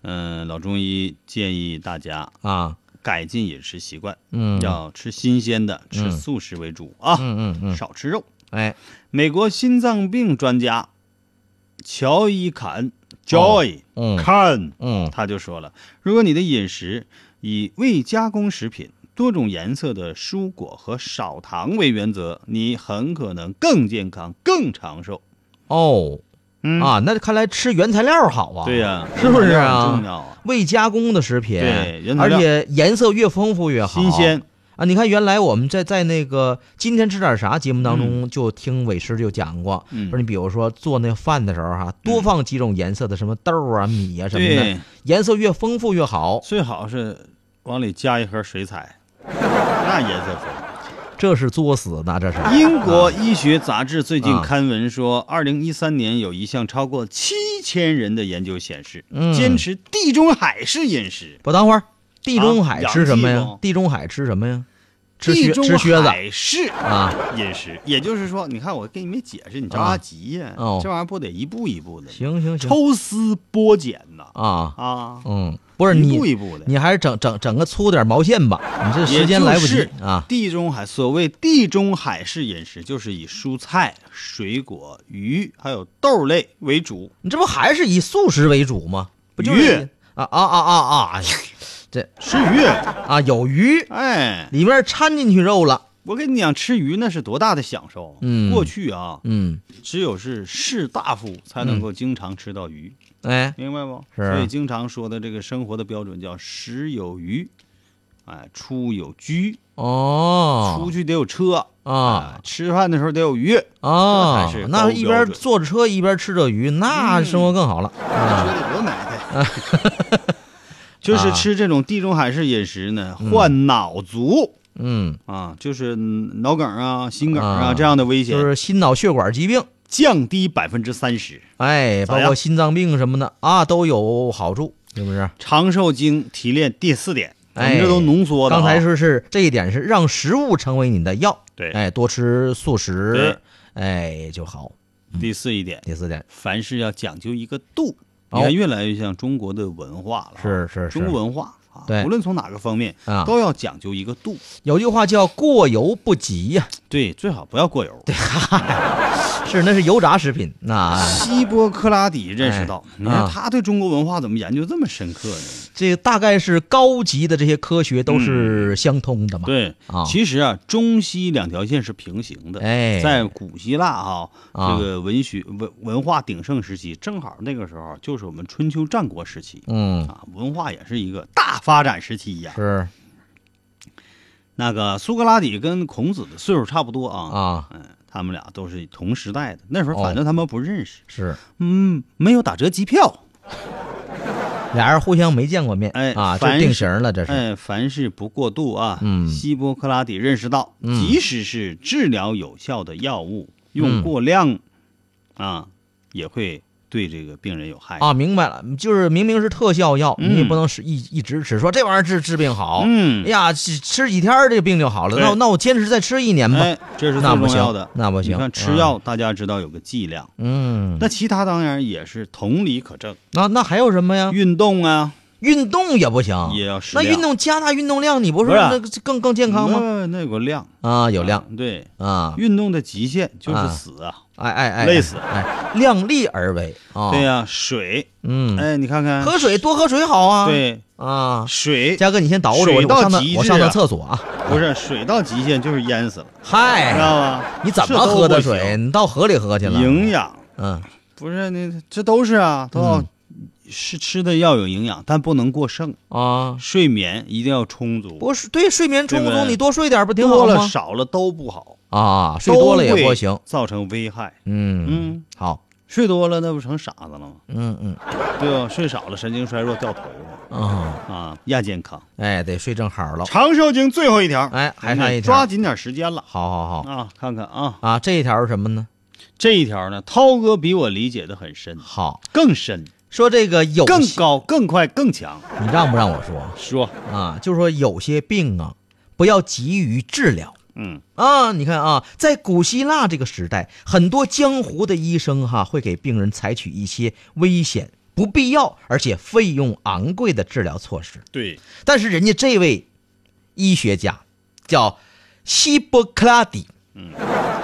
Speaker 1: 嗯、老中医建议大家
Speaker 2: 啊，
Speaker 1: 改进饮食习惯，
Speaker 2: 嗯，
Speaker 1: 要吃新鲜的，吃
Speaker 2: 嗯
Speaker 1: 素食为主啊，
Speaker 2: 嗯嗯嗯，
Speaker 1: 少吃肉。
Speaker 2: 哎，
Speaker 1: 美国心脏病专家乔伊坎 Joy
Speaker 2: 哦嗯
Speaker 1: Khan
Speaker 2: 嗯
Speaker 1: 他就说了，如果你的饮食以未加工食品、多种颜色的蔬果和少糖为原则，你很可能更健康、更长寿。
Speaker 2: 哦，
Speaker 1: 嗯
Speaker 2: 啊，那看来吃原材料好啊。
Speaker 1: 对呀、
Speaker 2: 是不是啊
Speaker 1: 很重要啊，
Speaker 2: 未加工的食品，
Speaker 1: 对原材
Speaker 2: 而
Speaker 1: 料
Speaker 2: 且颜色越丰富越好，
Speaker 1: 新鲜。
Speaker 2: 啊！你看，原来我们在在那个今天吃点啥节目当中，就听伟师就讲过，
Speaker 1: 嗯
Speaker 2: 说你比如说做那饭的时候哈、多放几种颜色的，什么豆啊、米啊什么
Speaker 1: 对
Speaker 2: 的，，颜色越丰富越好。
Speaker 1: 最好是往里加一盒水彩，那颜色丰富。
Speaker 2: 这是作死呢，这是
Speaker 1: 英国医学杂志最近
Speaker 2: 啊
Speaker 1: 刊文说，二零一三年有一项超过七千人的研究显示，
Speaker 2: 嗯
Speaker 1: 坚持地中海式饮食，
Speaker 2: 不，等会儿，地中海吃什么
Speaker 1: 啊
Speaker 2: 呀？
Speaker 1: 洋气不
Speaker 2: 地中海吃什么呀？吃
Speaker 1: 地
Speaker 2: 靴
Speaker 1: 中
Speaker 2: 吃靴子
Speaker 1: 海式
Speaker 2: 啊！
Speaker 1: 饮食，也就是说，你看我跟你没解释，你着
Speaker 2: 啊
Speaker 1: 啥急呀？
Speaker 2: 哦
Speaker 1: 这玩意儿不得一步一步的，
Speaker 2: 行行行，
Speaker 1: 抽丝剥茧呐
Speaker 2: 啊，
Speaker 1: 啊！
Speaker 2: 嗯，不是
Speaker 1: 一
Speaker 2: 你
Speaker 1: 步一步的
Speaker 2: 你还是整整整个粗点毛线吧，你这时间来不及
Speaker 1: 也就是
Speaker 2: 啊。
Speaker 1: 地中海所谓地中海式饮食，就是以蔬菜、水果、鱼还有豆类为主。
Speaker 2: 你这不还是以素食为主吗？不就是
Speaker 1: 鱼
Speaker 2: 啊啊啊啊啊！哎呀这
Speaker 1: 吃鱼，
Speaker 2: 啊有鱼，
Speaker 1: 哎，
Speaker 2: 里面掺进去肉了。
Speaker 1: 我跟你讲，吃鱼那是多大的享受啊！
Speaker 2: 嗯
Speaker 1: 过去啊，
Speaker 2: 嗯，
Speaker 1: 只有是士大夫才能够经常吃到鱼，
Speaker 2: 哎，
Speaker 1: 明白不？
Speaker 2: 是
Speaker 1: 所以经常说的这个生活的标准叫食有鱼，哎，出有居，出
Speaker 2: 哦，
Speaker 1: 去得有车
Speaker 2: 啊
Speaker 1: 哎吃饭的时候得有鱼。啊这
Speaker 2: 哦
Speaker 1: 才是，高
Speaker 2: 那一
Speaker 1: 标
Speaker 2: 边
Speaker 1: 准嗯
Speaker 2: 坐着车一边吃着鱼，那生活更好了。
Speaker 1: 说的多埋汰。
Speaker 2: 啊
Speaker 1: 就是吃这种地中海式饮食呢，患脑卒
Speaker 2: 嗯，
Speaker 1: 啊，就是嗯脑梗啊、心梗啊
Speaker 2: 啊
Speaker 1: 这样的危险，
Speaker 2: 就是心脑血管疾病。
Speaker 1: 降低百分之三十。
Speaker 2: 哎，
Speaker 1: 咋
Speaker 2: 包
Speaker 1: 样
Speaker 2: 括心脏病什么的啊，都有好处，是不是？
Speaker 1: 长寿经提炼第四点，我们
Speaker 2: 哎
Speaker 1: 这都浓缩的啊。
Speaker 2: 刚才说是这一点是让食物成为你的药，
Speaker 1: 对
Speaker 2: 哎，多吃素
Speaker 1: 对
Speaker 2: 食，哎就好。
Speaker 1: 第四一点，
Speaker 2: 第四点
Speaker 1: 凡事要讲究一个度。
Speaker 2: 哦
Speaker 1: 你看，越来越像中国的文化了啊，
Speaker 2: 是是是
Speaker 1: 中国文化啊，
Speaker 2: 对
Speaker 1: 无论从哪个方面
Speaker 2: 啊
Speaker 1: 都要讲究一个度。
Speaker 2: 有句话叫“过犹不及”呀，
Speaker 1: 对，最好不要过油。对，
Speaker 2: 是那是油炸食品，那
Speaker 1: 希波克拉底认识到
Speaker 2: 哎，
Speaker 1: 你看
Speaker 2: 啊
Speaker 1: 他对中国文化怎么研究这么深刻呢？
Speaker 2: 这大概是高级的这些科学都是相通的嘛。，
Speaker 1: 嗯对
Speaker 2: 啊
Speaker 1: 其实啊，中西两条线是平行的。
Speaker 2: 哎
Speaker 1: 在古希腊哈、
Speaker 2: 啊
Speaker 1: 这个文学文文化鼎盛时期，正好那个时候就是我们春秋战国时期、
Speaker 2: 嗯，
Speaker 1: 啊，文化也是一个大发展时期呀、
Speaker 2: 是
Speaker 1: 那个苏格拉底跟孔子的岁数差不多啊，
Speaker 2: 啊，
Speaker 1: 嗯，他们俩都是同时代的。那时候
Speaker 2: 哦
Speaker 1: 反正他们不认识，
Speaker 2: 是
Speaker 1: 嗯，没有打折机票，
Speaker 2: 俩人互相没见过面，
Speaker 1: 哎
Speaker 2: 啊，
Speaker 1: 凡
Speaker 2: 这
Speaker 1: 是
Speaker 2: 定型了，这是。
Speaker 1: 哎，凡事不过度啊。
Speaker 2: 嗯
Speaker 1: 希波克拉底认识到，
Speaker 2: 嗯
Speaker 1: 即使是治疗有效的药物，用
Speaker 2: 嗯
Speaker 1: 过量啊，也会对这个病人有害。
Speaker 2: 啊，明白了，就是明明是特效药，
Speaker 1: 嗯
Speaker 2: 你也不能是一一直吃，说这玩意儿治治病好，
Speaker 1: 嗯
Speaker 2: 哎呀，吃吃几天儿这个病就好了，
Speaker 1: 对
Speaker 2: 那我那我坚持再吃一年吧，
Speaker 1: 哎，这是最
Speaker 2: 那不
Speaker 1: 重要
Speaker 2: 行
Speaker 1: 的。
Speaker 2: 那不
Speaker 1: 你
Speaker 2: 行
Speaker 1: 看吃药，大家知道有个剂量，
Speaker 2: 嗯，
Speaker 1: 那其他当然也是同理可证。
Speaker 2: 那那还有什么呀？
Speaker 1: 运动啊，
Speaker 2: 运动也不行，
Speaker 1: 也要适
Speaker 2: 那
Speaker 1: 量
Speaker 2: 运动加大运动量，你不是
Speaker 1: 不是啊嗯
Speaker 2: 那个更更健康吗？
Speaker 1: 那那有个量，
Speaker 2: 啊，有量
Speaker 1: 对，
Speaker 2: 啊，
Speaker 1: 运动的极限就是
Speaker 2: 啊
Speaker 1: 死啊。
Speaker 2: 哎哎哎，
Speaker 1: 累死
Speaker 2: 哎，量力而为啊，
Speaker 1: 对，呀，水，
Speaker 2: 嗯，
Speaker 1: 哎，你看看，
Speaker 2: 喝水多喝水好啊，
Speaker 1: 对
Speaker 2: 啊，
Speaker 1: 水，
Speaker 2: 嘉哥你先倒着，我
Speaker 1: 水到
Speaker 2: 我上趟
Speaker 1: 极致
Speaker 2: 我上
Speaker 1: 啊
Speaker 2: 趟厕所啊，
Speaker 1: 不是水到极限就是淹死了，知
Speaker 2: 嗨，
Speaker 1: 道吧？
Speaker 2: 啊你怎
Speaker 1: 这
Speaker 2: 么
Speaker 1: 都
Speaker 2: 喝的
Speaker 1: 不
Speaker 2: 水？啊
Speaker 1: 行？
Speaker 2: 你到河里喝去了？
Speaker 1: 营养
Speaker 2: 嗯，
Speaker 1: 不是你这都是啊，都要、是吃的要有营养，但不能过剩，
Speaker 2: 啊，
Speaker 1: 睡眠一定要充足，
Speaker 2: 不是对睡眠充
Speaker 1: 对不
Speaker 2: 足，
Speaker 1: 对
Speaker 2: 你多睡点不挺好
Speaker 1: 多了
Speaker 2: 吗？
Speaker 1: 少了都不好，
Speaker 2: 啊，睡多了也
Speaker 1: 都
Speaker 2: 不
Speaker 1: 会
Speaker 2: 行。
Speaker 1: 造成危害。
Speaker 2: 嗯
Speaker 1: 嗯，
Speaker 2: 好，
Speaker 1: 睡多了那不成傻子了吗？
Speaker 2: 嗯嗯
Speaker 1: 对吧？睡少了神经衰弱掉头发
Speaker 2: 啊，
Speaker 1: 啊，亚健康。
Speaker 2: 哎，得睡正好了。
Speaker 1: 长寿经最后一条，
Speaker 2: 哎还
Speaker 1: 我们
Speaker 2: 差
Speaker 1: 得
Speaker 2: 一条
Speaker 1: 抓紧点时间了
Speaker 2: 好好好
Speaker 1: 啊！看看啊，
Speaker 2: 啊，这一条是什么呢？
Speaker 1: 这一条呢，涛哥比我理解的很深，
Speaker 2: 好，
Speaker 1: 更深、
Speaker 2: 说这个有
Speaker 1: 更
Speaker 2: 些
Speaker 1: 高、更快、更强。
Speaker 2: 你让不让我说
Speaker 1: 说，
Speaker 2: 啊？就说有些病啊，不要急于治疗。
Speaker 1: 嗯，
Speaker 2: 啊，你看啊，在古希腊这个时代，很多江湖的医生哈、会给病人采取一些危险、不必要而且费用昂贵的治疗措施。
Speaker 1: 对，
Speaker 2: 但是人家这位医学家叫希波克拉底，嗯，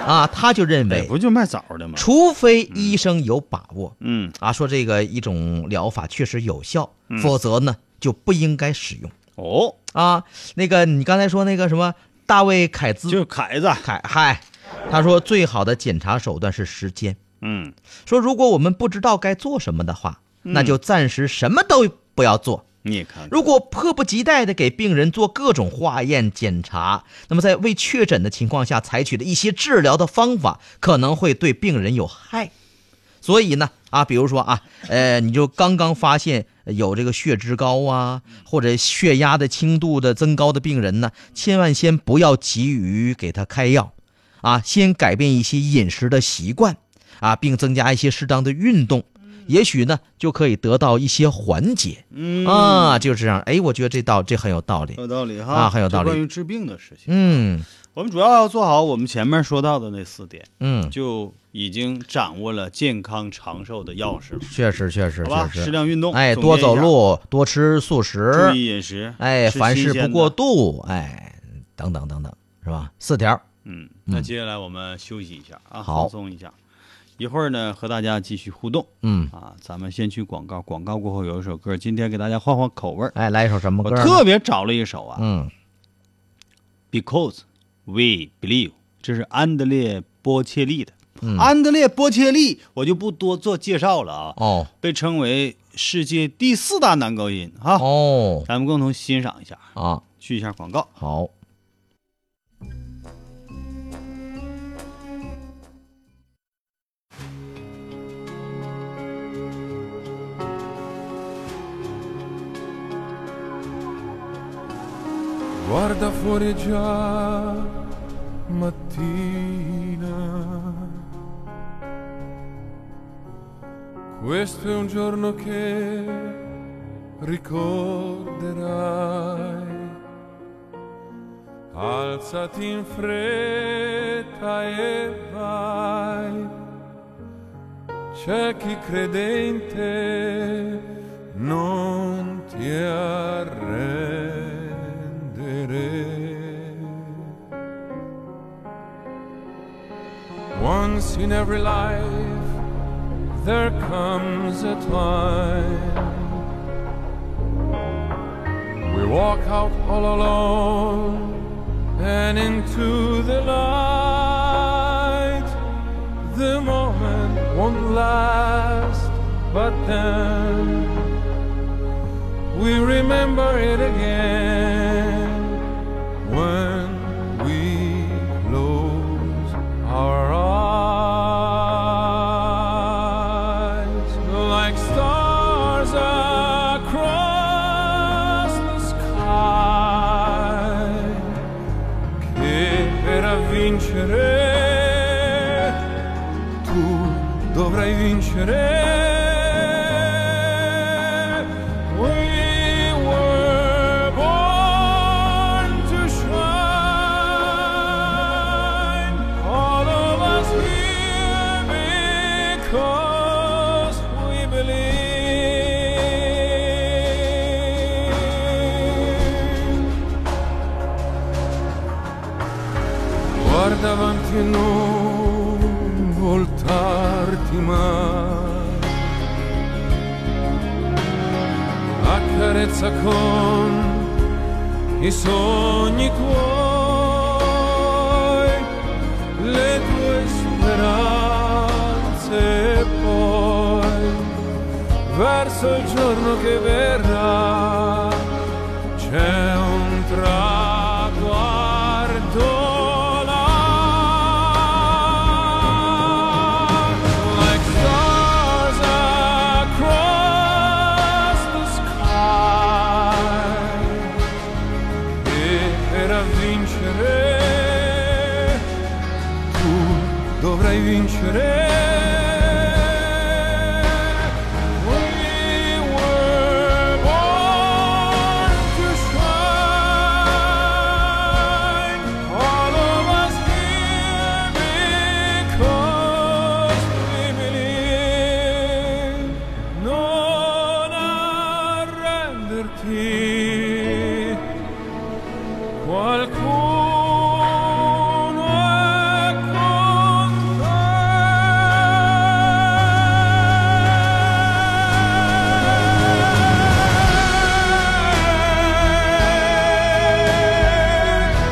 Speaker 2: 啊，他就认
Speaker 1: 哎，
Speaker 2: 为，
Speaker 1: 不就嗯卖枣的吗？
Speaker 2: 除非医生有把握
Speaker 1: 嗯，
Speaker 2: 啊，说这个一种疗法确实有效，否则呢就不应该使用
Speaker 1: 哦，
Speaker 2: 啊。那个你刚才说那个什么大卫凯兹
Speaker 1: 就是凯子，
Speaker 2: 凯嗨，他说最好的检查手段是时间，
Speaker 1: 嗯，
Speaker 2: 说如果我们不知道该做什么的话，那就暂时什么都不要做。
Speaker 1: 你也看看，
Speaker 2: 如果迫不及待地给病人做各种化验检查，那么在未确诊的情况下采取的一些治疗的方法，可能会对病人有害。所以呢，啊，比如说啊，呃，你就刚刚发现有这个血脂高啊，或者血压的轻度的增高的病人呢，千万先不要急于给他开药，啊，先改变一些饮食的习惯，啊，并增加一些适当的运动，也许呢就可以得到一些缓解。
Speaker 1: 嗯，呃
Speaker 2: 啊，就是这样。哎，我觉得这道这很有道理。
Speaker 1: 有道理哈，
Speaker 2: 啊很有道理
Speaker 1: 这关于治病的事情，
Speaker 2: 嗯
Speaker 1: 我们主要要做好我们前面说到的那四点，
Speaker 2: 嗯，
Speaker 1: 就已经掌握了健康长寿的钥匙了，
Speaker 2: 确实确实
Speaker 1: 好吧？
Speaker 2: 确
Speaker 1: 适
Speaker 2: 实。
Speaker 1: 量运动，
Speaker 2: 哎，
Speaker 1: 总结一
Speaker 2: 多
Speaker 1: 下
Speaker 2: 走，路，多吃
Speaker 1: 注
Speaker 2: 素食，
Speaker 1: 意饮食，
Speaker 2: 哎，
Speaker 1: 吃
Speaker 2: 凡
Speaker 1: 新
Speaker 2: 事
Speaker 1: 鲜
Speaker 2: 不
Speaker 1: 的
Speaker 2: 过。度，哎，等等等等，是吧？四条。
Speaker 1: 嗯，那接下来我们休息一下啊，
Speaker 2: 好
Speaker 1: 放松一下，一会儿呢和大家继续互动
Speaker 2: 嗯，
Speaker 1: 啊。咱们先去广告，广告过后有一首歌，今天给大家换换口味儿。
Speaker 2: 哎，来一首什么
Speaker 1: 我
Speaker 2: 歌呢？
Speaker 1: 特别找了一首啊，
Speaker 2: 嗯
Speaker 1: Because we believe，这是安德烈·波切利的。
Speaker 2: 嗯
Speaker 1: 安德烈·波切利，我就不多做介绍了啊，
Speaker 2: 哦
Speaker 1: 被称为世界第四大男高音哈。
Speaker 2: 哦
Speaker 1: 咱们共同欣赏一下，
Speaker 2: 啊，
Speaker 1: 去一下广告。
Speaker 2: 好。
Speaker 6: Guarda fuori è già mattina. Questo è un giorno che ricorderai. Alzati in fretta e vai. C'è chi crede in te, non ti arrendere. Once in every life there comes a time we walk out all alone and into the light. The moment won't last, but then we remember it again when we close our eyes like stars across the sky che per vincere tu dovrai vincere. We were born to shine. All of us here because we believe. guarda avanti e non voltarti mai. Accarezza con i sogni tuoi, le tue speranze e poi verso il giorno che verrà c'è un traguardo là. Like stars across the sky. E per vincere tu dovrai vincere. We were born to shine. All of us here because we believe. Non arrenderti. Qualcuno è con te.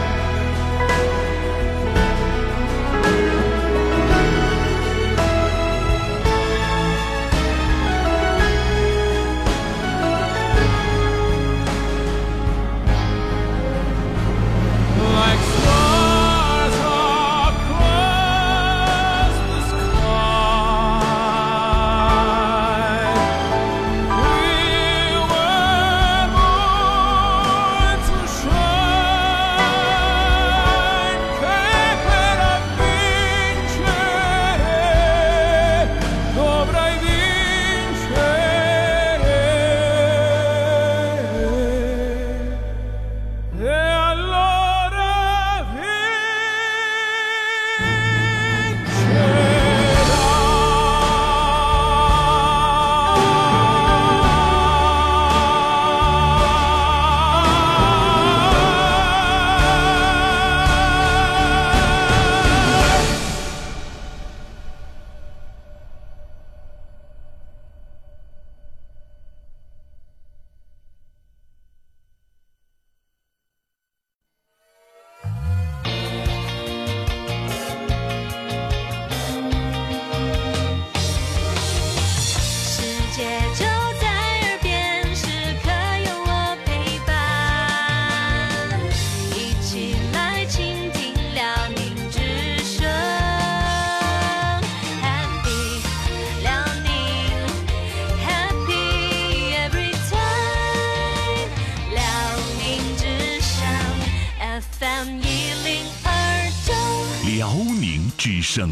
Speaker 7: 辽宁之声。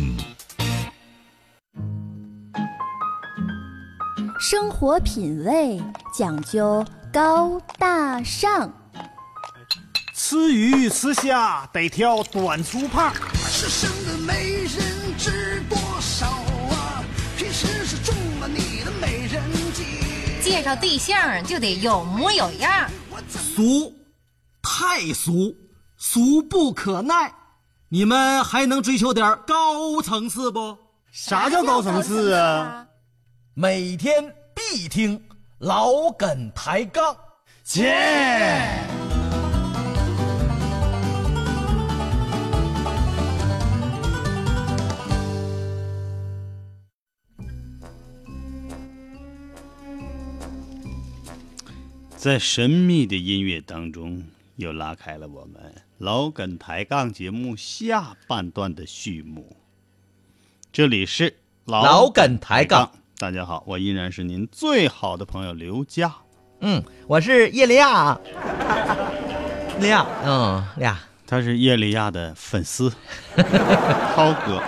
Speaker 8: 生活品味讲究高大上，
Speaker 9: 吃鱼吃虾得挑短粗胖，
Speaker 10: 是生的没人知多少啊，平时是中了你的美人计。
Speaker 11: 介绍对象就得有模有样，
Speaker 12: 俗，太俗，俗不可耐。你们还能追求点高层次不？
Speaker 9: 啥叫高层次啊？
Speaker 12: 每天必听老梗抬杠，
Speaker 9: 切！
Speaker 1: 在神秘的音乐当中，又拉开了我们老梗抬杠节目下半段的序幕。这里是
Speaker 2: 老梗抬杠。
Speaker 1: 大家好，我依然是您最好的朋友刘佳。
Speaker 2: 嗯，我是叶利亚，利亚，嗯，利亚，
Speaker 1: 他是叶利亚的粉丝， 涛哥。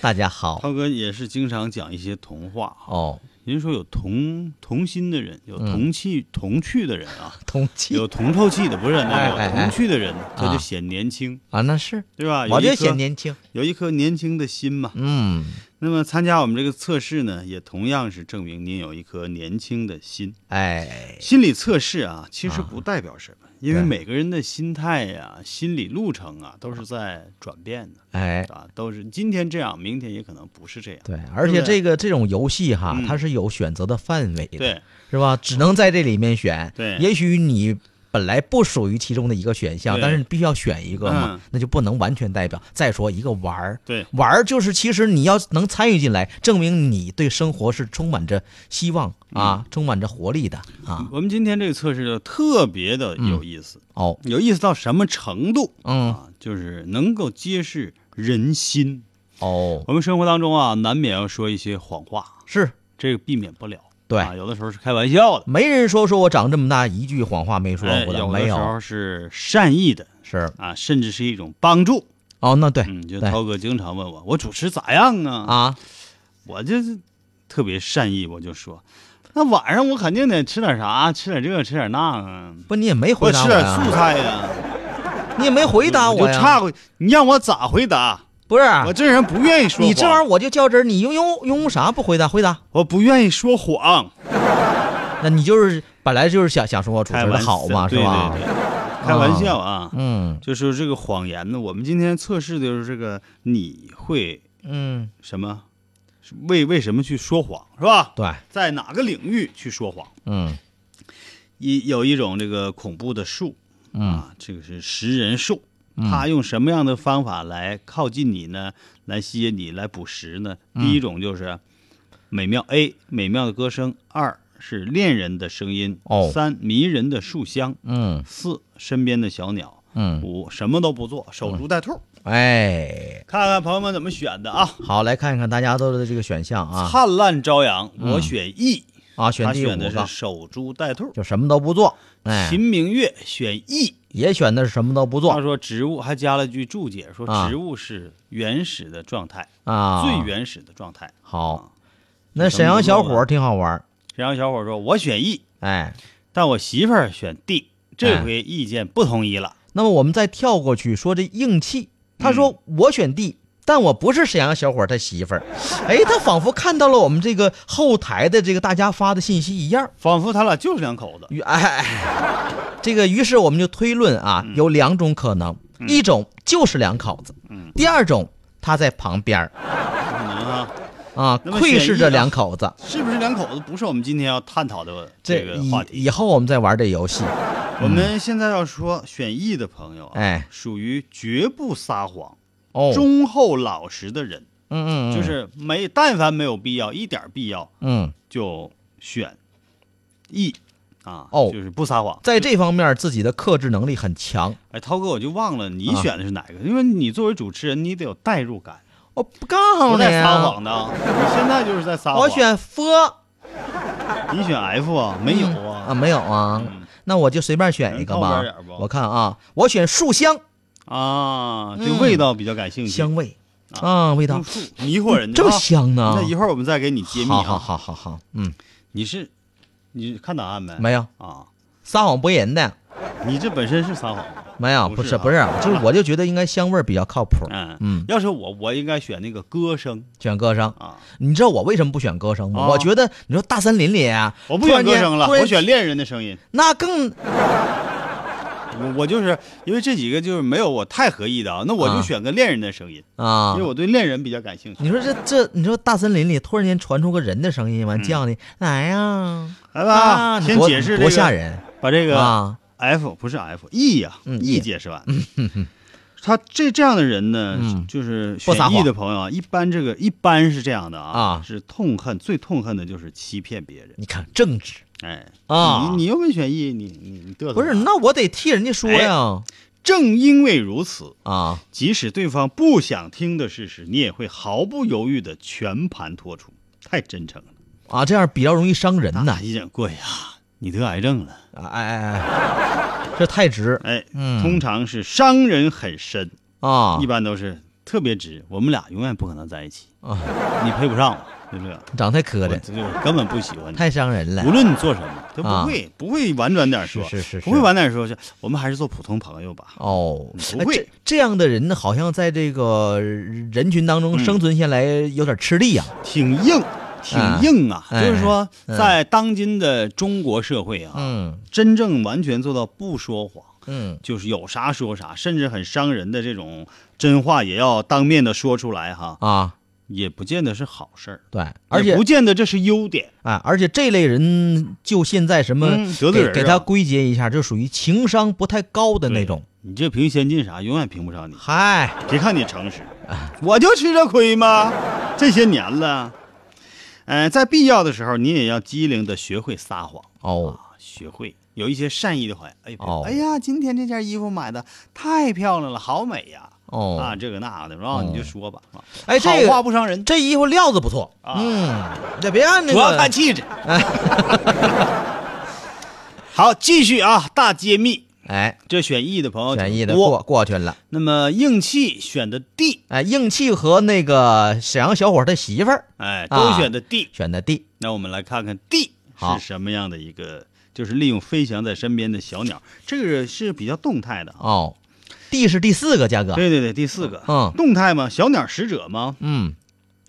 Speaker 2: 大家好。
Speaker 1: 涛哥也是经常讲一些童话。
Speaker 2: 哦，
Speaker 1: 您说有同同心的人，有
Speaker 2: 嗯
Speaker 1: 同气、同趣的人 啊，
Speaker 2: 同气
Speaker 1: 有铜臭气的，不是那
Speaker 2: 哎哎
Speaker 1: 有
Speaker 2: 哎
Speaker 1: 同趣的人，他
Speaker 2: 啊
Speaker 1: 就显年轻，
Speaker 2: 啊，那是，
Speaker 1: 对吧？有
Speaker 2: 我
Speaker 1: 一
Speaker 2: 就
Speaker 1: 颗
Speaker 2: 显年轻。
Speaker 1: 有一颗年轻的心嘛。
Speaker 2: 嗯，
Speaker 1: 那么参加我们这个测试呢，也同样是证明您有一颗年轻的心。
Speaker 2: 哎，
Speaker 1: 心理测试啊，其实不代表什么，因为
Speaker 2: 对
Speaker 1: 每个人的心态呀、心理路程啊，都是在转变的，
Speaker 2: 哎，
Speaker 1: 啊，都是今天这样，明天也可能不是这样。
Speaker 2: 对，而且
Speaker 1: 对
Speaker 2: 这个这种游戏哈，
Speaker 1: 嗯
Speaker 2: 它是有选择的范围的，
Speaker 1: 对，
Speaker 2: 是吧？只能在这里面选。
Speaker 1: 对
Speaker 2: 也许你本来不属于其中的一个选项，
Speaker 1: 对
Speaker 2: 但是你必须要选一个嘛，
Speaker 1: 嗯
Speaker 2: 那就不能完全代表。再说一个玩儿，
Speaker 1: 对
Speaker 2: 玩儿就是其实你要能参与进来，证明你对生活是充满着希望
Speaker 1: 嗯
Speaker 2: 啊，充满着活力的啊。
Speaker 1: 我们今天这个测试就特别的有意思，
Speaker 2: 哦，
Speaker 1: 有意思到什么程度
Speaker 2: 嗯，
Speaker 1: 啊？就是能够揭示人心。
Speaker 2: 哦，
Speaker 1: 我们生活当中啊，难免要说一些谎话，
Speaker 2: 是
Speaker 1: 这个避免不了。
Speaker 2: 对
Speaker 1: 啊，有的时候是开玩笑的，
Speaker 2: 没人说说我长这么大一句谎话没嗯说
Speaker 1: 哎
Speaker 2: 过
Speaker 1: 有
Speaker 2: 没
Speaker 1: 的时
Speaker 2: 有
Speaker 1: 候是善意的
Speaker 2: 是
Speaker 1: 啊，甚至是一种帮助。
Speaker 2: 哦，那对
Speaker 1: 嗯，就
Speaker 2: 对
Speaker 1: 涛哥经常问我，我主持咋样啊？
Speaker 2: 啊，
Speaker 1: 我就是特别善意，我就说，那晚上我肯定得吃点啥，吃点这个，吃点那啊，
Speaker 2: 不你也没回
Speaker 1: 我
Speaker 2: 答
Speaker 1: 吃
Speaker 2: 我
Speaker 1: 点
Speaker 2: 呀，
Speaker 1: 素菜呀。
Speaker 2: 你也没 回答
Speaker 1: 啊我就
Speaker 2: 呀，
Speaker 1: 岔过去，你让我咋回答？
Speaker 2: 不是啊
Speaker 1: 我这人不愿意说谎，
Speaker 2: 你这玩意儿我就较真儿，你用用用啥不回答？回答，
Speaker 1: 我不愿意说谎，
Speaker 2: 那你就是本来就是想想说我主
Speaker 1: 开
Speaker 2: 持的
Speaker 1: 玩笑
Speaker 2: 好嘛，是
Speaker 1: 对对
Speaker 2: 吧？
Speaker 1: 对，开玩笑啊。
Speaker 2: 嗯
Speaker 1: 就是这个谎言呢，我们今天测试的就是这个，你会
Speaker 2: 嗯，
Speaker 1: 什么？是为为什么去说谎是吧？
Speaker 2: 对，
Speaker 1: 在哪个领域去说谎？
Speaker 2: 嗯
Speaker 1: 一有一种这个恐怖的术，
Speaker 2: 嗯
Speaker 1: 啊，这个是食人术，它用什么样的方法来靠近你呢？来吸引你，来捕食呢？
Speaker 2: 嗯
Speaker 1: 第一种就是美妙 A 美妙的歌声，二是恋人的声音，
Speaker 2: 哦
Speaker 1: 三迷人的树香，
Speaker 2: 嗯
Speaker 1: 四身边的小鸟，
Speaker 2: 嗯，
Speaker 1: 五什么都不做，守株待兔。
Speaker 2: 哎，
Speaker 1: 看看朋友们怎么选的啊！
Speaker 2: 好，来看看大家都的这个选项啊
Speaker 1: 灿烂朝阳，我选 E，
Speaker 2: 啊，选
Speaker 1: 他
Speaker 2: 第五
Speaker 1: 选的
Speaker 2: 个
Speaker 1: 是守株待兔。
Speaker 2: 就什么都不做，哎，
Speaker 1: 秦明月选 E，
Speaker 2: 也选的是什么都不
Speaker 1: 他
Speaker 2: 做
Speaker 1: 说植物还加了句注解，说
Speaker 2: 啊
Speaker 1: 植物是原始的状态，
Speaker 2: 啊，
Speaker 1: 最原始的状态。
Speaker 2: 好
Speaker 1: 啊。
Speaker 2: 那沈阳小伙儿挺好玩儿，
Speaker 1: 沈阳小伙说：“我选 E，
Speaker 2: 哎，
Speaker 1: 但我媳妇儿选 D，这
Speaker 2: 哎
Speaker 1: 回意见不统一了。
Speaker 2: 那么我们再跳过去说这硬气，他说
Speaker 1: 嗯
Speaker 2: 我选 D，、但我不是沈阳小伙儿他媳妇儿。哎，他仿佛看到了我们这个后台的这个大家发的信息一样。
Speaker 1: 仿佛他俩就是两口子。
Speaker 2: 于哎， 这个于是我们就推论啊，
Speaker 1: 嗯
Speaker 2: 有两种可能，一种就是两口子，
Speaker 1: 嗯
Speaker 2: 第二种他在旁边儿
Speaker 1: 可能啊，
Speaker 2: 啊，
Speaker 1: 那么选一
Speaker 2: 窥
Speaker 1: 啊
Speaker 2: 视着两口子。
Speaker 1: 是不是两口子？不是我们今天要探讨的这个
Speaker 2: 以
Speaker 1: 话题。
Speaker 2: 以后我们再玩这游戏。
Speaker 1: 我们现在要说选 E 的朋友、啊，
Speaker 2: 嗯哎，
Speaker 1: 属于绝不撒谎、
Speaker 2: 哦，
Speaker 1: 忠厚老实的人，
Speaker 2: 嗯嗯，嗯
Speaker 1: 就是没但凡没有必要，一点必要
Speaker 2: 嗯，
Speaker 1: 就选 E 啊，
Speaker 2: 哦
Speaker 1: 就是不撒谎。
Speaker 2: 在这方面自己的克制能力很强。
Speaker 1: 哎，涛哥，我就忘了你
Speaker 2: 啊
Speaker 1: 选的是哪个，因为你作为主持人，你得有代入感。
Speaker 2: 我不告诉
Speaker 1: 不
Speaker 2: 你
Speaker 1: 在撒
Speaker 2: 啊，
Speaker 1: 谎的啊，你现在就是在撒谎。
Speaker 2: 我选 f
Speaker 1: 你选 F 啊？没有
Speaker 2: 啊，
Speaker 1: 啊？
Speaker 2: 没有啊，那我就随便选一个
Speaker 1: 靠
Speaker 2: 吧
Speaker 1: 边点儿。吧
Speaker 2: 我看啊，我选树香，
Speaker 1: 啊，对味道比较感兴趣，
Speaker 2: 嗯香味啊，味道
Speaker 1: 迷惑人，啊
Speaker 2: 这么香呢？
Speaker 1: 那一会儿我们再给你揭秘
Speaker 2: 啊！好好好好，嗯，
Speaker 1: 你是你看答案没？
Speaker 2: 没有
Speaker 1: 啊，
Speaker 2: 撒谎不人的。
Speaker 1: 你这本身是撒谎，
Speaker 2: 没有，不
Speaker 1: 是啊
Speaker 2: 不是，就是我就觉得应该香味比较靠谱。
Speaker 1: 嗯
Speaker 2: 嗯，
Speaker 1: 要是我，我应该选那个歌声，
Speaker 2: 选歌声
Speaker 1: 啊。
Speaker 2: 你知道我为什么不选歌声吗？我觉得你说大森林里啊，
Speaker 1: 哦我不选歌声了，我选恋人的声音，
Speaker 2: 那更。
Speaker 1: 我我就是因为这几个就是没有我太合意的啊，那我就选个恋人的声音
Speaker 2: 啊，
Speaker 1: 因为我对恋人比较感兴趣。
Speaker 2: 你说这这，你说大森林里突然间传出个人的声音，完叫你来呀，
Speaker 1: 来吧，嗯啊先解释
Speaker 2: 啊多吓人，啊
Speaker 1: 把这
Speaker 2: 个
Speaker 1: F 不是 F，E 呀，E
Speaker 2: 嗯
Speaker 1: 解释完。他这这样的人
Speaker 2: 嗯
Speaker 1: 呢，就是选 E 的朋友啊，一般这个一般是这样的啊，是痛恨最痛恨的就是欺骗别人。
Speaker 2: 你看正直。
Speaker 1: 哎
Speaker 2: 啊，
Speaker 1: 你你又没选 E，你你你嘚瑟啊
Speaker 2: 不是？那我得替人家说呀。
Speaker 1: 正因为如此
Speaker 2: 啊，
Speaker 1: 即使对方不想听的事实，你也会毫不犹豫的全盘托出，太真诚了
Speaker 2: 啊！这样比较容易伤人呐。
Speaker 1: 一掌过呀，啊你得癌症了！
Speaker 2: 哎哎哎，这太直
Speaker 1: 哎，
Speaker 2: 嗯
Speaker 1: 通常是伤人很深
Speaker 2: 啊，
Speaker 1: 一般都是特别直。我们俩永远不可能在一起啊，你配不上我，对不对？
Speaker 2: 长太磕碜，
Speaker 1: 根本不喜欢你，
Speaker 2: 太伤人了。啊
Speaker 1: 无论你做什么，都不会不会婉转点说，
Speaker 2: 是是
Speaker 1: 不会婉转说，是我们还是做普通朋友吧。
Speaker 2: 哦，
Speaker 1: 不会
Speaker 2: 这样的人，好像在这个人群当中生存下来有点吃力呀，啊
Speaker 1: 挺硬，挺硬啊。
Speaker 2: 嗯哎
Speaker 1: 就是说，在当今的中国社会啊，
Speaker 2: 嗯，
Speaker 1: 真正完全做到不说谎，
Speaker 2: 嗯，
Speaker 1: 就是有啥说啥，甚至很伤人的这种真话也要当面的说出来哈，
Speaker 2: 啊，
Speaker 1: 也不见得是好事儿。
Speaker 2: 对，而且
Speaker 1: 也不见得这是优点。
Speaker 2: 啊，而且这类人就现在什么
Speaker 1: 嗯得罪
Speaker 2: 给
Speaker 1: 人
Speaker 2: 给
Speaker 1: 啊
Speaker 2: 他归结一下，就属于情商不太高的那种。
Speaker 1: 你这评先进啥，永远评不上你。
Speaker 2: 嗨，
Speaker 1: 别看你诚实，我就吃这亏吗？这些年了，呃，在必要的时候，你也要机灵的学会撒谎，
Speaker 2: 哦
Speaker 1: 学会有一些善意的谎言。哎，
Speaker 2: 哦
Speaker 1: 哎呀，今天这件衣服买的太漂亮了，好美呀！
Speaker 2: 哦
Speaker 1: 啊，这个那的，然后你就说吧。啊
Speaker 2: 哎，这
Speaker 1: 好话
Speaker 2: 个
Speaker 1: 不伤人，
Speaker 2: 这衣服料子不错，
Speaker 1: 啊
Speaker 2: 嗯，这别按那
Speaker 1: 主要
Speaker 2: 个
Speaker 1: 看气 质。好，继续啊，大揭秘。
Speaker 2: 哎，
Speaker 1: 这选 E 的朋友
Speaker 2: 选 E 的
Speaker 1: 挺多
Speaker 2: 过过去了。
Speaker 1: 那么硬气选的 D，
Speaker 2: 哎，硬气和那个沈阳小伙他媳妇儿
Speaker 1: 哎，
Speaker 2: 啊
Speaker 1: 都选的 D。
Speaker 2: 选的 D，
Speaker 1: 那我们来看看 D
Speaker 2: 好
Speaker 1: 是什么样的一个，就是利用飞翔在身边的小鸟，这个是比较动态的啊。
Speaker 2: 哦，D 是第四个，嘉哥，
Speaker 1: 对对对，第四个，
Speaker 2: 嗯
Speaker 1: 动态嘛，小鸟使者嘛。
Speaker 2: 嗯，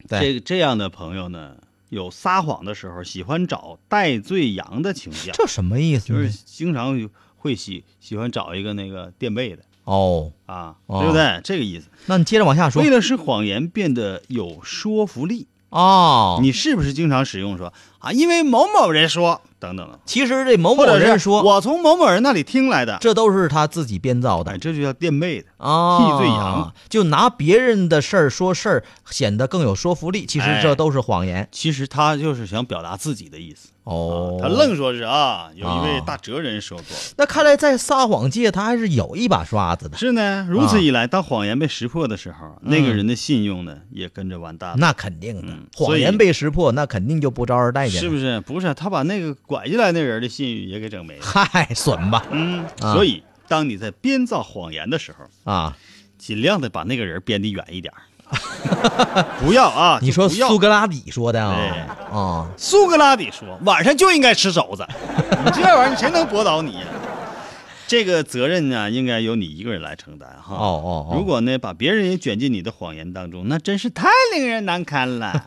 Speaker 2: 对，
Speaker 1: 这这样的朋友呢，有撒谎的时候，喜欢找戴罪羊的倾向，
Speaker 2: 这什么意思
Speaker 1: 就
Speaker 2: 呢？
Speaker 1: 是经常会喜喜欢找一个那个垫背的
Speaker 2: 哦，
Speaker 1: 啊，
Speaker 2: 哦
Speaker 1: 对不对？这个意思。
Speaker 2: 那你接着往下说
Speaker 1: 为了使谎言变得有说服力，
Speaker 2: 哦。
Speaker 1: 你是不是经常使用说啊？因为某某人说等等等，
Speaker 2: 其实这某某
Speaker 1: 或者
Speaker 2: 人
Speaker 1: 是
Speaker 2: 说，
Speaker 1: 我从某某人那里听来的，
Speaker 2: 这都是他自己编造
Speaker 1: 哎，
Speaker 2: 的
Speaker 1: 这就叫垫背的。
Speaker 2: 啊，
Speaker 1: 替罪羊
Speaker 2: 就拿别人的事儿说事儿，显得更有说服力。其实
Speaker 1: 哎
Speaker 2: 这都是谎言、
Speaker 1: 其实他就是想表达自己的意思，
Speaker 2: 哦。
Speaker 1: 他愣说是啊，有一位
Speaker 2: 啊
Speaker 1: 大哲人说过。
Speaker 2: 那看来在撒谎界，他还是有一把刷子的。
Speaker 1: 是呢，如此一来，当谎言被识破的时候，那个人的信用呢也跟着完蛋了，
Speaker 2: 那肯定的，
Speaker 1: 啊嗯所
Speaker 2: 谎
Speaker 1: 以
Speaker 2: 言被识破，那肯定就不招人待见了。
Speaker 1: 是不是？不是，啊他把那个拐进来那人的信誉也给整没了。
Speaker 2: 嗨， 损吧
Speaker 1: 嗯，
Speaker 2: 啊
Speaker 1: 所以当你在编造谎言的时候，
Speaker 2: 啊！
Speaker 1: 尽量的把那个人编得远一点 儿，不要啊！
Speaker 2: 你说
Speaker 1: 就不要
Speaker 2: 苏格拉底说的
Speaker 1: 哎
Speaker 2: 啊？啊，
Speaker 1: 苏格拉底说：“晚上就应该吃肘子，你这玩意儿谁能驳倒你呀、这个责任呢，应该由你一个人来承担哈。
Speaker 2: 哦哦哦
Speaker 1: 如果呢，把别人也卷进你的谎言当中，那真是太令人难堪了。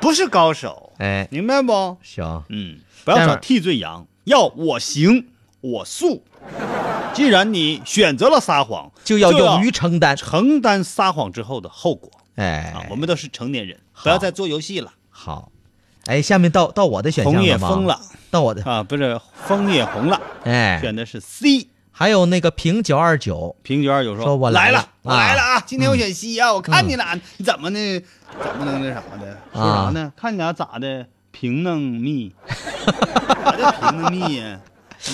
Speaker 1: 不是高手，
Speaker 2: 哎，
Speaker 1: 明白不？
Speaker 2: 行，
Speaker 1: 嗯，不要找替罪羊，要我行我素。既然你选择了撒谎，
Speaker 2: 就要勇于
Speaker 1: 承
Speaker 2: 承担。
Speaker 1: 承担撒谎之后的后果啊
Speaker 2: 哎！，
Speaker 1: 我们都是成年人，不要再做游戏了。
Speaker 2: 好，哎，下面到到我的选项
Speaker 1: 红也
Speaker 2: 吧
Speaker 1: 疯了，
Speaker 2: 到我 的
Speaker 1: 啊，不是枫叶红了，
Speaker 2: 哎，
Speaker 1: 选的是 C。
Speaker 2: 还有那个平九二九，
Speaker 1: 平九二九说：“
Speaker 2: 说我
Speaker 1: 来
Speaker 2: 来了
Speaker 1: 我
Speaker 2: 啊嗯
Speaker 1: 来了啊！今天我选 C 啊，我看你俩你怎么呢？怎么能那啥的？说啥
Speaker 2: 啊
Speaker 1: 呢？看你俩咋的？平能密，啥叫平能密呀？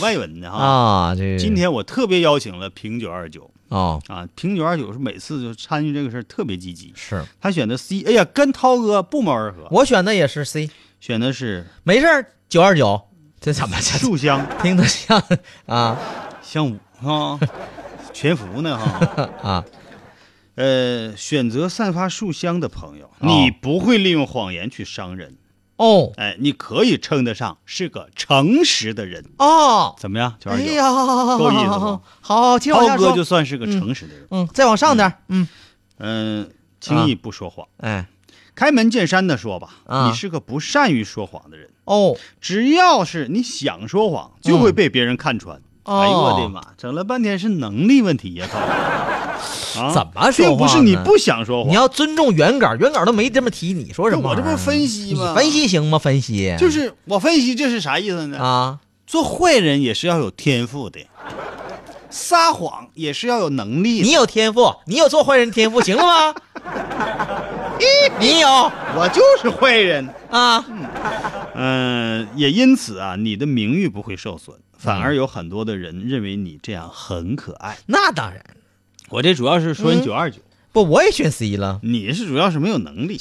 Speaker 1: 外文的哈。
Speaker 2: 啊，这
Speaker 1: 今天我特别邀请了平九二九
Speaker 2: 哦
Speaker 1: 啊，平九二九是每次就参与这个事儿特别积极，
Speaker 2: 是
Speaker 1: 他选的 C。哎呀，跟涛哥不谋而合，
Speaker 2: 我选的也是 C，
Speaker 1: 选的是
Speaker 2: 没事儿，九二九，这怎么这
Speaker 1: 树香
Speaker 2: 听得像啊？
Speaker 1: 香五啊，潜伏呢哈
Speaker 2: 啊。
Speaker 1: 呃，选择散发树香的朋友，
Speaker 2: 哦
Speaker 1: 你不会利用谎言去伤人
Speaker 2: 哦。
Speaker 1: 哎，你可以称得上是个诚实的人。
Speaker 2: 哦，
Speaker 1: 怎么样，九
Speaker 2: 哎
Speaker 1: 二
Speaker 2: 呀，
Speaker 1: 九？够意思
Speaker 2: 好
Speaker 1: 不？
Speaker 2: 好好，接着往
Speaker 1: 涛
Speaker 2: 下
Speaker 1: 哥
Speaker 2: 说
Speaker 1: 就算是个诚实的人，
Speaker 2: 嗯，再往上点儿，嗯
Speaker 1: 嗯，轻易不说谎。
Speaker 2: 哎，
Speaker 1: 开门见山的说吧，
Speaker 2: 啊
Speaker 1: 你是个不善于说谎的人。
Speaker 2: 哦，
Speaker 1: 只要是你想说谎，就会被别人看穿。
Speaker 2: 哦
Speaker 1: 哎呦我的妈！整了半天是能力问题呀，涛哥。啊，
Speaker 2: 怎么说
Speaker 1: 并不
Speaker 2: 话
Speaker 1: 是你
Speaker 2: 呢
Speaker 1: 不想说
Speaker 2: 你
Speaker 1: 谎，
Speaker 2: 要尊重原稿，原稿都没这么提，你说什么
Speaker 1: 我
Speaker 2: 玩意
Speaker 1: 这
Speaker 2: 儿？
Speaker 1: 不是分析
Speaker 2: 你
Speaker 1: 吗？
Speaker 2: 分析行吗？分析
Speaker 1: 就是我分析这是啥意思呢？
Speaker 2: 啊，
Speaker 1: 做坏人也是要有天赋的，撒谎也是要有能力的。
Speaker 2: 你有天赋，你有做坏人天赋，行了吗？你有
Speaker 1: 我就是坏人。
Speaker 2: 啊？
Speaker 1: 嗯、也因此啊，你的名誉不会受损，反而有很多的人认为你这样很可爱。嗯
Speaker 2: 那当然，
Speaker 1: 我这主要是说你九二九，
Speaker 2: 不，我也选 C 了。
Speaker 1: 你是主要是没有能力，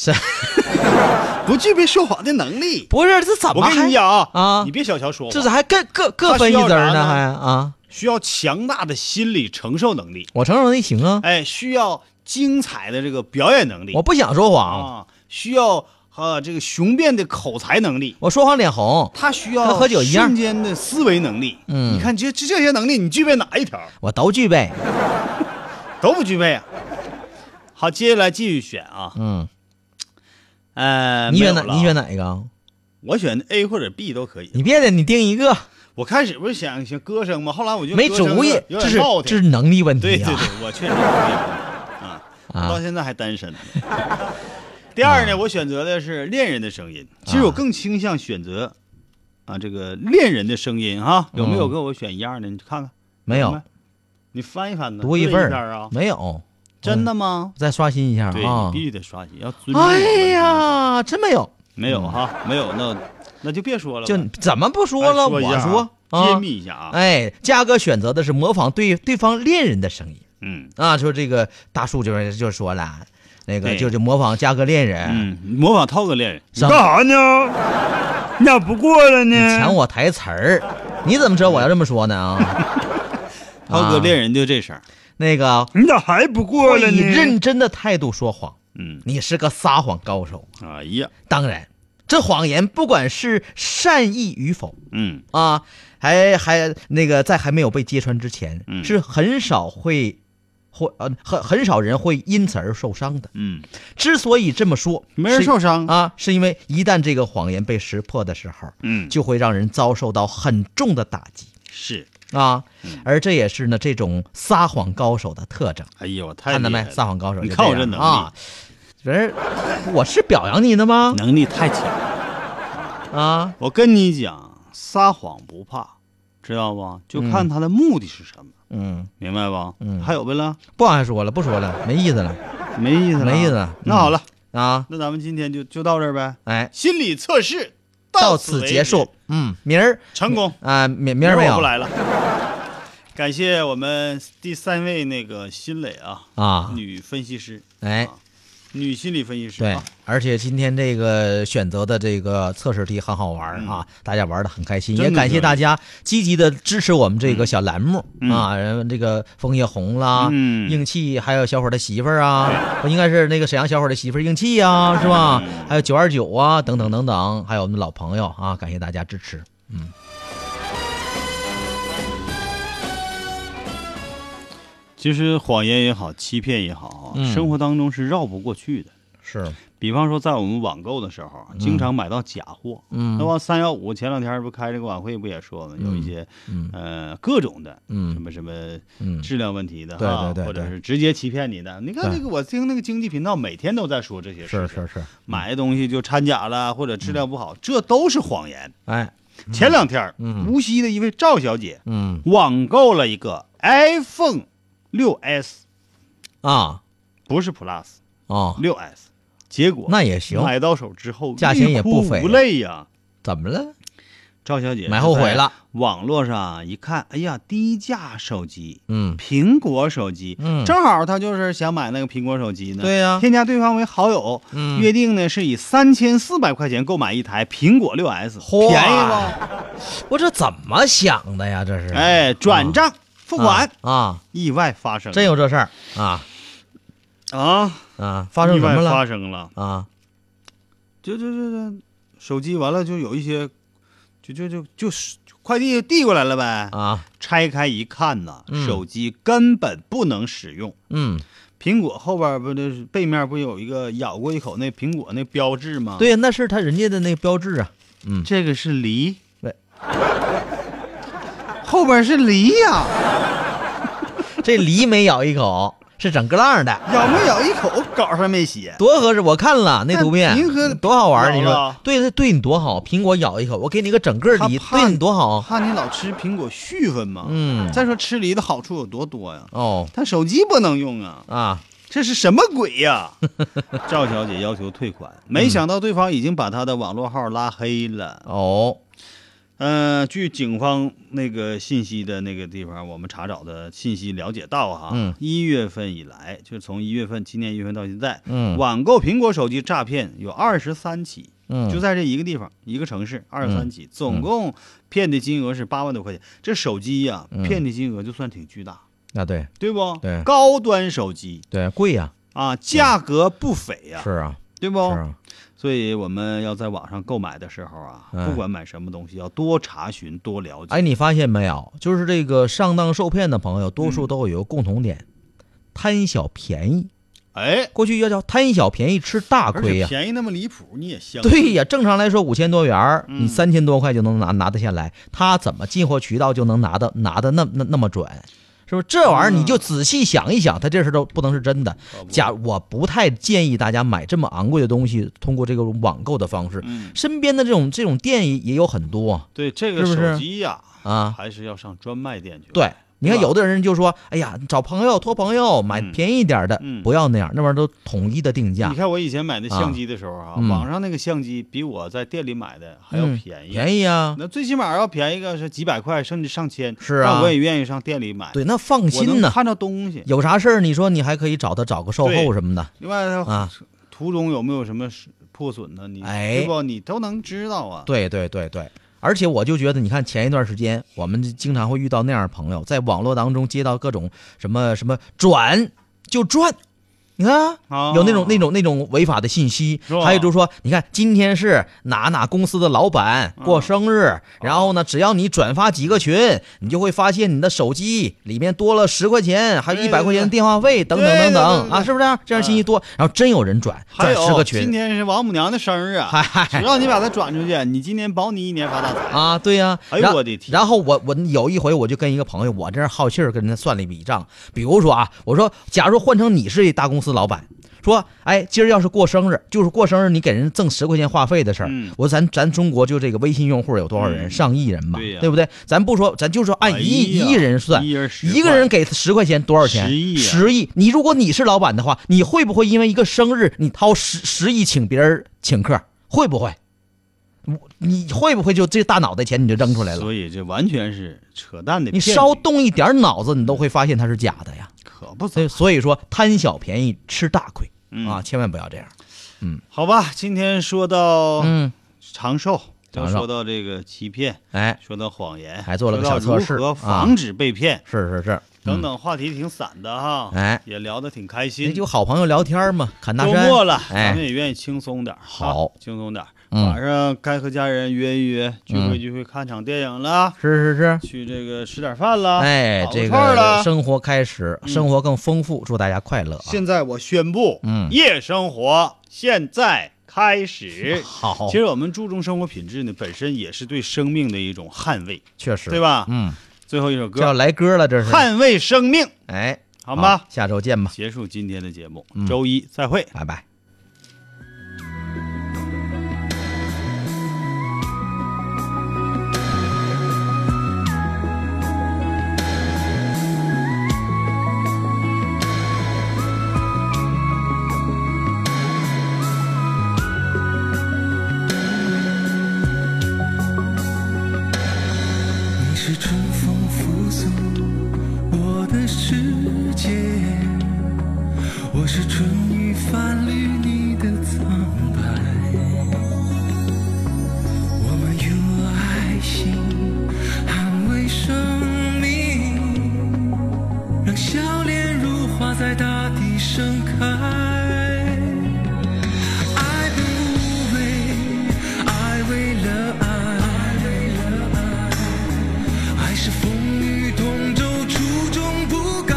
Speaker 1: 不具备说谎的能力。
Speaker 2: 不是，这怎么
Speaker 1: 我跟
Speaker 2: 还
Speaker 1: 你讲啊，
Speaker 2: 啊
Speaker 1: 你别小瞧说
Speaker 2: 这
Speaker 1: 谎，
Speaker 2: 咋还各各各
Speaker 1: 他
Speaker 2: 分
Speaker 1: 需
Speaker 2: 一
Speaker 1: 要
Speaker 2: 针儿
Speaker 1: 啥
Speaker 2: 呢？
Speaker 1: 呢
Speaker 2: 还啊？
Speaker 1: 需要强大的心理承受能力，
Speaker 2: 我承认能力行啊，
Speaker 1: 哎，需要精彩的这个表演能力。
Speaker 2: 我不想说谎，
Speaker 1: 啊，需要呃这个雄辩的口才能力，
Speaker 2: 我说谎脸红，
Speaker 1: 他需
Speaker 2: 跟
Speaker 1: 要
Speaker 2: 喝酒一样
Speaker 1: 瞬间的思维能力。
Speaker 2: 嗯
Speaker 1: 你看这这这些能力，你具备哪一条？
Speaker 2: 我都具备。
Speaker 1: 都不具备啊。好，接下来继续选啊。
Speaker 2: 嗯，
Speaker 1: 呃，
Speaker 2: 你选
Speaker 1: 没
Speaker 2: 哪？
Speaker 1: 有了啊
Speaker 2: 你选？哪一个？
Speaker 1: 我选 A 或者 B 都可以。
Speaker 2: 你别的，你定一个，
Speaker 1: 我开始不是想想歌声吗？后来我就
Speaker 2: 没
Speaker 1: 歌声
Speaker 2: 主意
Speaker 1: 有，点
Speaker 2: 这是
Speaker 1: 冒
Speaker 2: 这
Speaker 1: 挺
Speaker 2: 是能力问
Speaker 1: 对
Speaker 2: 题
Speaker 1: 对
Speaker 2: 啊
Speaker 1: 对，我确实没有啊，
Speaker 2: 啊
Speaker 1: 到现在还单身。第二呢，我选择的是恋人的声音。
Speaker 2: 啊
Speaker 1: 其实我更倾向选择啊这个恋人的声音哈，有没有
Speaker 2: 嗯
Speaker 1: 跟我选一样的？你看看，
Speaker 2: 没有
Speaker 1: 明白，你翻一翻呢，
Speaker 2: 多一
Speaker 1: 对一
Speaker 2: 份
Speaker 1: 下
Speaker 2: 儿
Speaker 1: 啊，
Speaker 2: 没有，
Speaker 1: 真的吗？
Speaker 2: 再刷新一下
Speaker 1: 对，
Speaker 2: 啊
Speaker 1: 你必！须得刷新，要尊重我
Speaker 2: 哎
Speaker 1: 们。
Speaker 2: 呀，真没有，
Speaker 1: 没有哈，没有，那那就别说了吧，
Speaker 2: 就怎么不说
Speaker 1: 哎
Speaker 2: 了？
Speaker 1: 说一下
Speaker 2: 我
Speaker 1: 啊
Speaker 2: 说
Speaker 1: 揭
Speaker 2: 啊，
Speaker 1: 秘一下啊，
Speaker 2: 哎，嘉哥选择的是模仿对对方恋人的声音
Speaker 1: 嗯
Speaker 2: 啊，说这个大树就是就说了，那个
Speaker 1: 对
Speaker 2: 就是模仿嘉哥恋人，
Speaker 1: 嗯，模仿涛哥恋人，
Speaker 2: 怎么
Speaker 5: 啥呢？你咋不过来
Speaker 2: 你
Speaker 5: 呢？
Speaker 2: 抢我台词儿？你怎么知道我要这么说呢 啊？
Speaker 1: 涛哥恋人就这声儿，
Speaker 2: 那个
Speaker 5: 你咋还不过
Speaker 2: 会
Speaker 5: 来
Speaker 2: 以
Speaker 5: 呢？
Speaker 2: 认真的态度说谎，
Speaker 1: 嗯，
Speaker 2: 你是个撒谎高手。
Speaker 1: 哎呀，
Speaker 2: 当然，这谎言不管是善意与否
Speaker 1: 嗯
Speaker 2: 啊，还还那个在还没有被揭穿之前，
Speaker 1: 嗯
Speaker 2: 是很少会。会呃很很少人会因此而受伤的。
Speaker 1: 嗯，
Speaker 2: 之所以这么说，
Speaker 1: 没人
Speaker 2: 是
Speaker 1: 受伤，
Speaker 2: 啊，是因为一旦这个谎言被识破的时候，
Speaker 1: 嗯，
Speaker 2: 就会让人遭受到很重的打击
Speaker 1: 是，
Speaker 2: 啊。
Speaker 1: 嗯
Speaker 2: 而这也是呢这种撒谎高手的特征。
Speaker 1: 哎呦，我太
Speaker 2: 看到
Speaker 1: 厉
Speaker 2: 没
Speaker 1: 害？了
Speaker 2: 撒谎高手就
Speaker 1: 你
Speaker 2: 样，
Speaker 1: 看我这能力
Speaker 2: 啊，人儿，我是表扬你的吗？
Speaker 1: 能力太强了。
Speaker 2: 啊，
Speaker 1: 我跟你讲，撒谎不怕，知道不？就看他的目的是什么，
Speaker 2: 嗯，
Speaker 1: 明白吧？
Speaker 2: 嗯
Speaker 1: 还有没了？
Speaker 2: 不往下说了，不说了，没意思了
Speaker 1: 没意思了，
Speaker 2: 没意思了
Speaker 1: 那好了，
Speaker 2: 啊！
Speaker 1: 那咱们今天就就到这儿呗。
Speaker 2: 哎，
Speaker 1: 心理测试
Speaker 2: 到
Speaker 1: 此
Speaker 2: 此
Speaker 1: 为
Speaker 2: 结
Speaker 1: 止
Speaker 2: 束，，嗯，明儿
Speaker 1: 成功。
Speaker 2: 啊，明明儿没
Speaker 1: 我
Speaker 2: 有
Speaker 1: 不来了。感谢我们第三位那个新蕾啊，
Speaker 2: 啊？
Speaker 1: 女分析师，
Speaker 2: 哎，
Speaker 1: 女心理分析师
Speaker 2: 对
Speaker 1: 啊，，
Speaker 2: 而且今天这个选择的这个测试题很好玩儿啊，大家玩的很开心，
Speaker 1: 嗯真
Speaker 2: 也
Speaker 1: 的
Speaker 2: 感谢
Speaker 1: 是
Speaker 2: 大家积极的支持我们这个小栏目啊，然后这个枫叶红啦，
Speaker 1: 嗯
Speaker 2: 硬气，还有小伙儿的媳妇儿啊， 不应该是那个沈阳小伙儿的媳妇儿硬气
Speaker 1: 嗯
Speaker 2: 啊，是吧？还有九二九啊，等等等等，还有我们的老朋友啊，感谢大家支持。
Speaker 1: 其实谎言也好，欺骗也好啊，
Speaker 2: 嗯
Speaker 1: 生活当中是绕不过去的。
Speaker 2: 是，
Speaker 1: 比方说，在我们网购的时候啊，经常买到假货。
Speaker 2: 嗯
Speaker 1: 那不三幺五前两天不开这个晚会不也说吗？有一些
Speaker 2: 嗯
Speaker 1: 呃各种的，
Speaker 2: 嗯
Speaker 1: 什么什么
Speaker 2: 嗯
Speaker 1: 质量问题的
Speaker 2: 对
Speaker 1: 哈，
Speaker 2: 对对
Speaker 1: 或者
Speaker 2: 对
Speaker 1: 是直接欺骗你的。你看
Speaker 2: 对
Speaker 1: 那个，我听那个经济频道每天都在说这些事
Speaker 2: 是
Speaker 1: 情。
Speaker 2: 是嗯是，
Speaker 1: 买的东西就掺假了，或者质量不好，这都是谎言。
Speaker 2: 哎，
Speaker 1: 前两天儿，无锡的一位赵小姐
Speaker 2: 嗯
Speaker 1: 网购了一个 iPhone 六 S，
Speaker 2: 啊
Speaker 1: 不是 Plus，
Speaker 2: 哦，
Speaker 1: 六 S，结果
Speaker 2: 那也行，
Speaker 1: 买到手之后
Speaker 2: 价钱也不菲
Speaker 1: 欲哭无泪呀、
Speaker 2: 怎么了？
Speaker 1: 赵小姐
Speaker 2: 买后悔了。
Speaker 1: 网络上一看，哎呀，低价手机，
Speaker 2: 嗯
Speaker 1: 苹果手机，
Speaker 2: 嗯
Speaker 1: 正好她就是想买那个苹果手机呢。
Speaker 2: 对呀
Speaker 1: 添加对方为好友，
Speaker 2: 嗯
Speaker 1: 约定呢是以三千四百块钱购买一台苹果六 S，
Speaker 2: 嚯
Speaker 1: 便宜不？
Speaker 2: 我这怎么想的呀？这是
Speaker 1: 哎，转账付款
Speaker 2: 啊啊，
Speaker 1: 意外发生了，
Speaker 2: 真有这事儿啊
Speaker 1: 啊
Speaker 2: 啊！发生什么
Speaker 1: 意外
Speaker 2: 了？
Speaker 1: 发生了，
Speaker 2: 啊，
Speaker 1: 就就就就手机完了就有一些，就就就就是快递递过来了呗
Speaker 2: 啊！
Speaker 1: 拆开一看呐，
Speaker 2: 嗯
Speaker 1: 手机根本不能使用。
Speaker 2: 嗯，
Speaker 1: 苹果后边不就是背面不有一个咬过一口那苹果那标志吗？
Speaker 2: 对，那是他人家的那个标志啊。嗯，
Speaker 1: 这个是梨，
Speaker 2: 对，
Speaker 1: 后边是梨呀、
Speaker 2: 这梨没咬一口， 是整个浪的，
Speaker 1: 咬没咬一口稿上没写。
Speaker 2: 多合适！我看了那图片，
Speaker 1: 那苹果
Speaker 2: 多好玩儿！你
Speaker 1: 咬
Speaker 2: 说
Speaker 1: 了，
Speaker 2: 对，对对你多好，苹果咬一口，我给你个整个梨，
Speaker 1: 他怕
Speaker 2: 对你多好。
Speaker 1: 怕你老吃苹果续分嘛。
Speaker 2: 嗯
Speaker 1: 再说吃梨的好处有多多呀？
Speaker 2: 哦
Speaker 1: 他手机不能用啊，
Speaker 2: 啊，
Speaker 1: 这是什么鬼呀、 赵小姐要求退款，没想到对方已经把她的网络号拉黑了。
Speaker 2: 哦，
Speaker 1: 呃，据警方那个信息的那个地方，我们查找的信息了解到哈，
Speaker 2: 嗯
Speaker 1: 一月份以来，就从一月份今年一月份到现在，
Speaker 2: 嗯
Speaker 1: 网购苹果手机诈骗有二十三起，
Speaker 2: 嗯
Speaker 1: 就在这一个地方一个城市二十三起，
Speaker 2: 嗯
Speaker 1: 总共骗的金额是八万多块钱。这手机呀、
Speaker 2: 嗯
Speaker 1: 骗的金额就算挺巨大，
Speaker 2: 那啊对
Speaker 1: 对不？
Speaker 2: 对
Speaker 1: 高端手机
Speaker 2: 对，贵呀，
Speaker 1: 啊，价格不菲呀、哦
Speaker 2: 是啊，
Speaker 1: 对不？
Speaker 2: 是啊，
Speaker 1: 所以我们要在网上购买的时候啊，
Speaker 2: 哎
Speaker 1: 不管买什么东西，要多查询、多了解。
Speaker 2: 哎，你发现没有？就是这个上当受骗的朋友，多数
Speaker 1: 嗯
Speaker 2: 都有一个共同点，贪小便宜。
Speaker 1: 哎，
Speaker 2: 过去要叫贪小便宜吃大
Speaker 1: 而
Speaker 2: 亏
Speaker 1: 且
Speaker 2: 呀。
Speaker 1: 便宜那么离谱，你也相信？
Speaker 2: 对呀，正常来说五千多元儿，你
Speaker 1: 嗯
Speaker 2: 三千多块就能拿拿得下来，他怎么进货渠道就能拿到拿的那那那么准？是不是这玩意儿你
Speaker 1: 嗯
Speaker 2: 就仔细想一想，他这事儿都不能是真的。假我不太建议大家买这么昂贵的东西，通过这个网购的方式，
Speaker 1: 嗯，
Speaker 2: 身边的这种这种店也也有很多啊
Speaker 1: 对这个
Speaker 2: 是不是
Speaker 1: 手机呀、
Speaker 2: 啊。
Speaker 1: 还是要上专卖店去。
Speaker 2: 对，你看
Speaker 1: 对吧
Speaker 2: 有的人就说，哎呀，找朋友托朋友买
Speaker 1: 嗯
Speaker 2: 便宜点儿的，
Speaker 1: 嗯
Speaker 2: 不要那样，那玩意儿都统一的定价
Speaker 1: 你，看我以前买那相机的时候啊，
Speaker 2: 嗯
Speaker 1: 网上那个相机比我在店里买的还要
Speaker 2: 嗯
Speaker 1: 便宜。
Speaker 2: 便宜啊，
Speaker 1: 那最起码要便宜个是几百块，甚至上千。
Speaker 2: 是啊
Speaker 1: 但我也愿意上店里买。
Speaker 2: 对，，那放
Speaker 1: 我
Speaker 2: 心
Speaker 1: 能
Speaker 2: 呐。
Speaker 1: 看着东西。
Speaker 2: 有啥事儿，你说你还可以找他找个售后
Speaker 1: 对
Speaker 2: 什么的
Speaker 1: 另外，
Speaker 2: 啊。
Speaker 1: 途中有没有什么破损呢？你
Speaker 2: 哎
Speaker 1: 对不？你都能知道啊。
Speaker 2: 对对对对，而且我就觉得，你看前一段时间，我们经常会遇到那样的朋友，在网络当中接到各种什么什么转就赚。你看啊
Speaker 1: 哦，
Speaker 2: 有那种那种那种违法的信息
Speaker 1: 是吧，
Speaker 2: 还有就是说，你看今天是哪哪公司的老板过生
Speaker 1: 哦
Speaker 2: 日，然后呢，只要你转发几个群，你就会发现你的手机里面多了十块钱，还有一
Speaker 1: 对
Speaker 2: 百
Speaker 1: 对
Speaker 2: 块钱的
Speaker 1: 对
Speaker 2: 电话费等等
Speaker 1: 哎对
Speaker 2: 等
Speaker 1: 对
Speaker 2: 等
Speaker 1: 对对
Speaker 2: 啊，是不是啊？这样信息多，然后真有人转
Speaker 1: 还
Speaker 2: 转
Speaker 1: 有，
Speaker 2: 十个
Speaker 1: 今
Speaker 2: 群
Speaker 1: 天是王母娘的生日啊，
Speaker 2: 嗨
Speaker 1: 只要你把它转出去，你今年保你一年发大财。
Speaker 2: 啊，对呀、
Speaker 1: 哎呦
Speaker 2: 然
Speaker 1: 我的天
Speaker 2: 然后我我有一回我就跟一个朋友，我这好气儿跟人家算了一笔账，比如说啊，我说假如换成你是一大公司老板，说哎今儿要是过生日，就是过生日你给人赠十块钱话费的事儿，
Speaker 1: 嗯
Speaker 2: 我说咱咱中国就这个微信用户有多少人，
Speaker 1: 嗯
Speaker 2: 上亿人吧，
Speaker 1: 对呀
Speaker 2: 不对？咱不说，咱就说按
Speaker 1: 哎
Speaker 2: 一亿、
Speaker 1: 呀
Speaker 2: 一亿人算，
Speaker 1: 一人10
Speaker 2: 一个人给十块钱多少钱？
Speaker 1: 10亿啊
Speaker 2: 十亿。你如果你是老板的话，你会不会因为一个生日你掏十十亿请别人请客？会不会？你会不会就这大脑袋钱你就扔出来了？
Speaker 1: 所以这完全是扯淡的
Speaker 2: 你
Speaker 1: 骗局。
Speaker 2: 稍动一点脑子，你都会发现它是假的呀。
Speaker 1: 可不咋
Speaker 2: 所以，所以说贪小便宜吃大亏
Speaker 1: 啊嗯
Speaker 2: 啊，千万不要这样。
Speaker 1: 好吧，今天说到
Speaker 2: 嗯，
Speaker 1: 长寿，
Speaker 2: 长
Speaker 1: 就
Speaker 2: 寿
Speaker 1: 说到这个欺骗，
Speaker 2: 哎，
Speaker 1: 说到谎言，
Speaker 2: 还做了个
Speaker 1: 说到
Speaker 2: 小测试
Speaker 1: 如何
Speaker 2: 啊
Speaker 1: 防止被骗
Speaker 2: 是是是，
Speaker 1: 等
Speaker 2: 嗯，
Speaker 1: 等话题挺散的哈，
Speaker 2: 哎
Speaker 1: 也聊得挺开心
Speaker 2: 那。就好朋友聊天嘛，侃大
Speaker 1: 周
Speaker 2: 山。
Speaker 1: 末了，嗯咱们
Speaker 2: 哎，
Speaker 1: 也愿意轻松点儿，
Speaker 2: 好
Speaker 1: 啊轻松点儿。
Speaker 2: 嗯
Speaker 1: 晚上该和家人约一约，聚
Speaker 2: 嗯
Speaker 1: 会聚会，看场电影了，
Speaker 2: 是是是，
Speaker 1: 去这个吃点饭了，
Speaker 2: 哎，
Speaker 1: 烤
Speaker 2: 这
Speaker 1: 串儿
Speaker 2: 个
Speaker 1: 了。嗯
Speaker 2: 生活开始，生活更丰富，祝大家快乐啊！
Speaker 1: 现在我宣布，
Speaker 2: 嗯
Speaker 1: 夜生活现在开始。哎
Speaker 2: 好
Speaker 1: 其，实我们注重生活品质呢，本身也是对生命的一种捍卫，
Speaker 2: 确实
Speaker 1: 对？吧？
Speaker 2: 嗯，
Speaker 1: 最后一首
Speaker 2: 这
Speaker 1: 歌，
Speaker 2: 要来歌了，这是。
Speaker 1: 捍卫生命，
Speaker 2: 哎，
Speaker 1: 好吗？
Speaker 2: 下周见吧，
Speaker 1: 结束今天的节目，
Speaker 2: 嗯
Speaker 1: 周一再会。
Speaker 2: 拜拜。
Speaker 10: 你是春风拂送我的世界，我是春雨翻绿你的苍白。我们用爱心捍卫生命，让笑脸如花在大地盛开。爱本无畏，爱为了爱，爱是风雨同舟，初衷不改。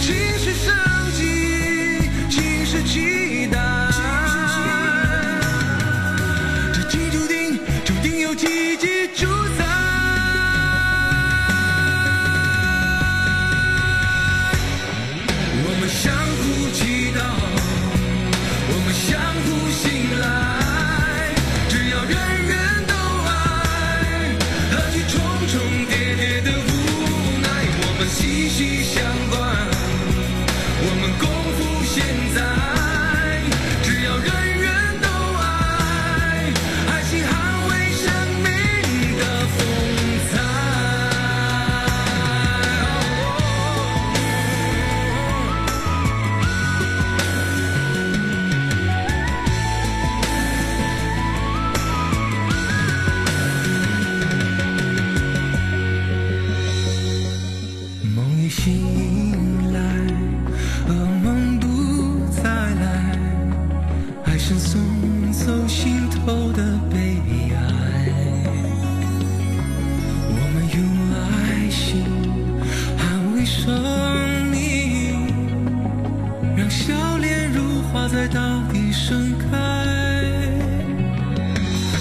Speaker 10: 情绪升级，情绪期待，这季注定注定有奇迹主宰。我们相互祈祷，我们相互信赖。只要人人都爱，何惧重重叠叠的无奈？我们息息相关，我们共赴现在。只要人人都爱，爱情捍卫生命的风采。梦已醒来，噩梦不再来，爱神送走心头的悲哀。我们用爱心捍卫生命，让笑脸如花在大地盛开。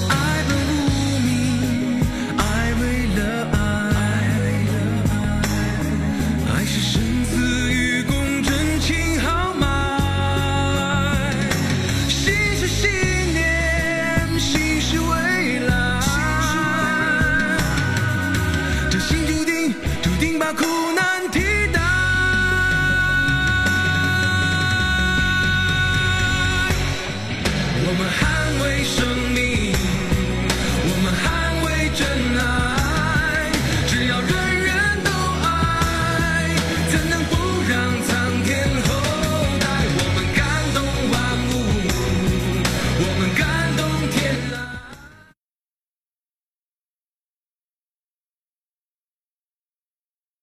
Speaker 10: 爱本无名，爱为了爱。爱是生死与共，真情豪迈。心是信念，心是未来。这心注定，注定把苦难替代。我们捍卫生命。啊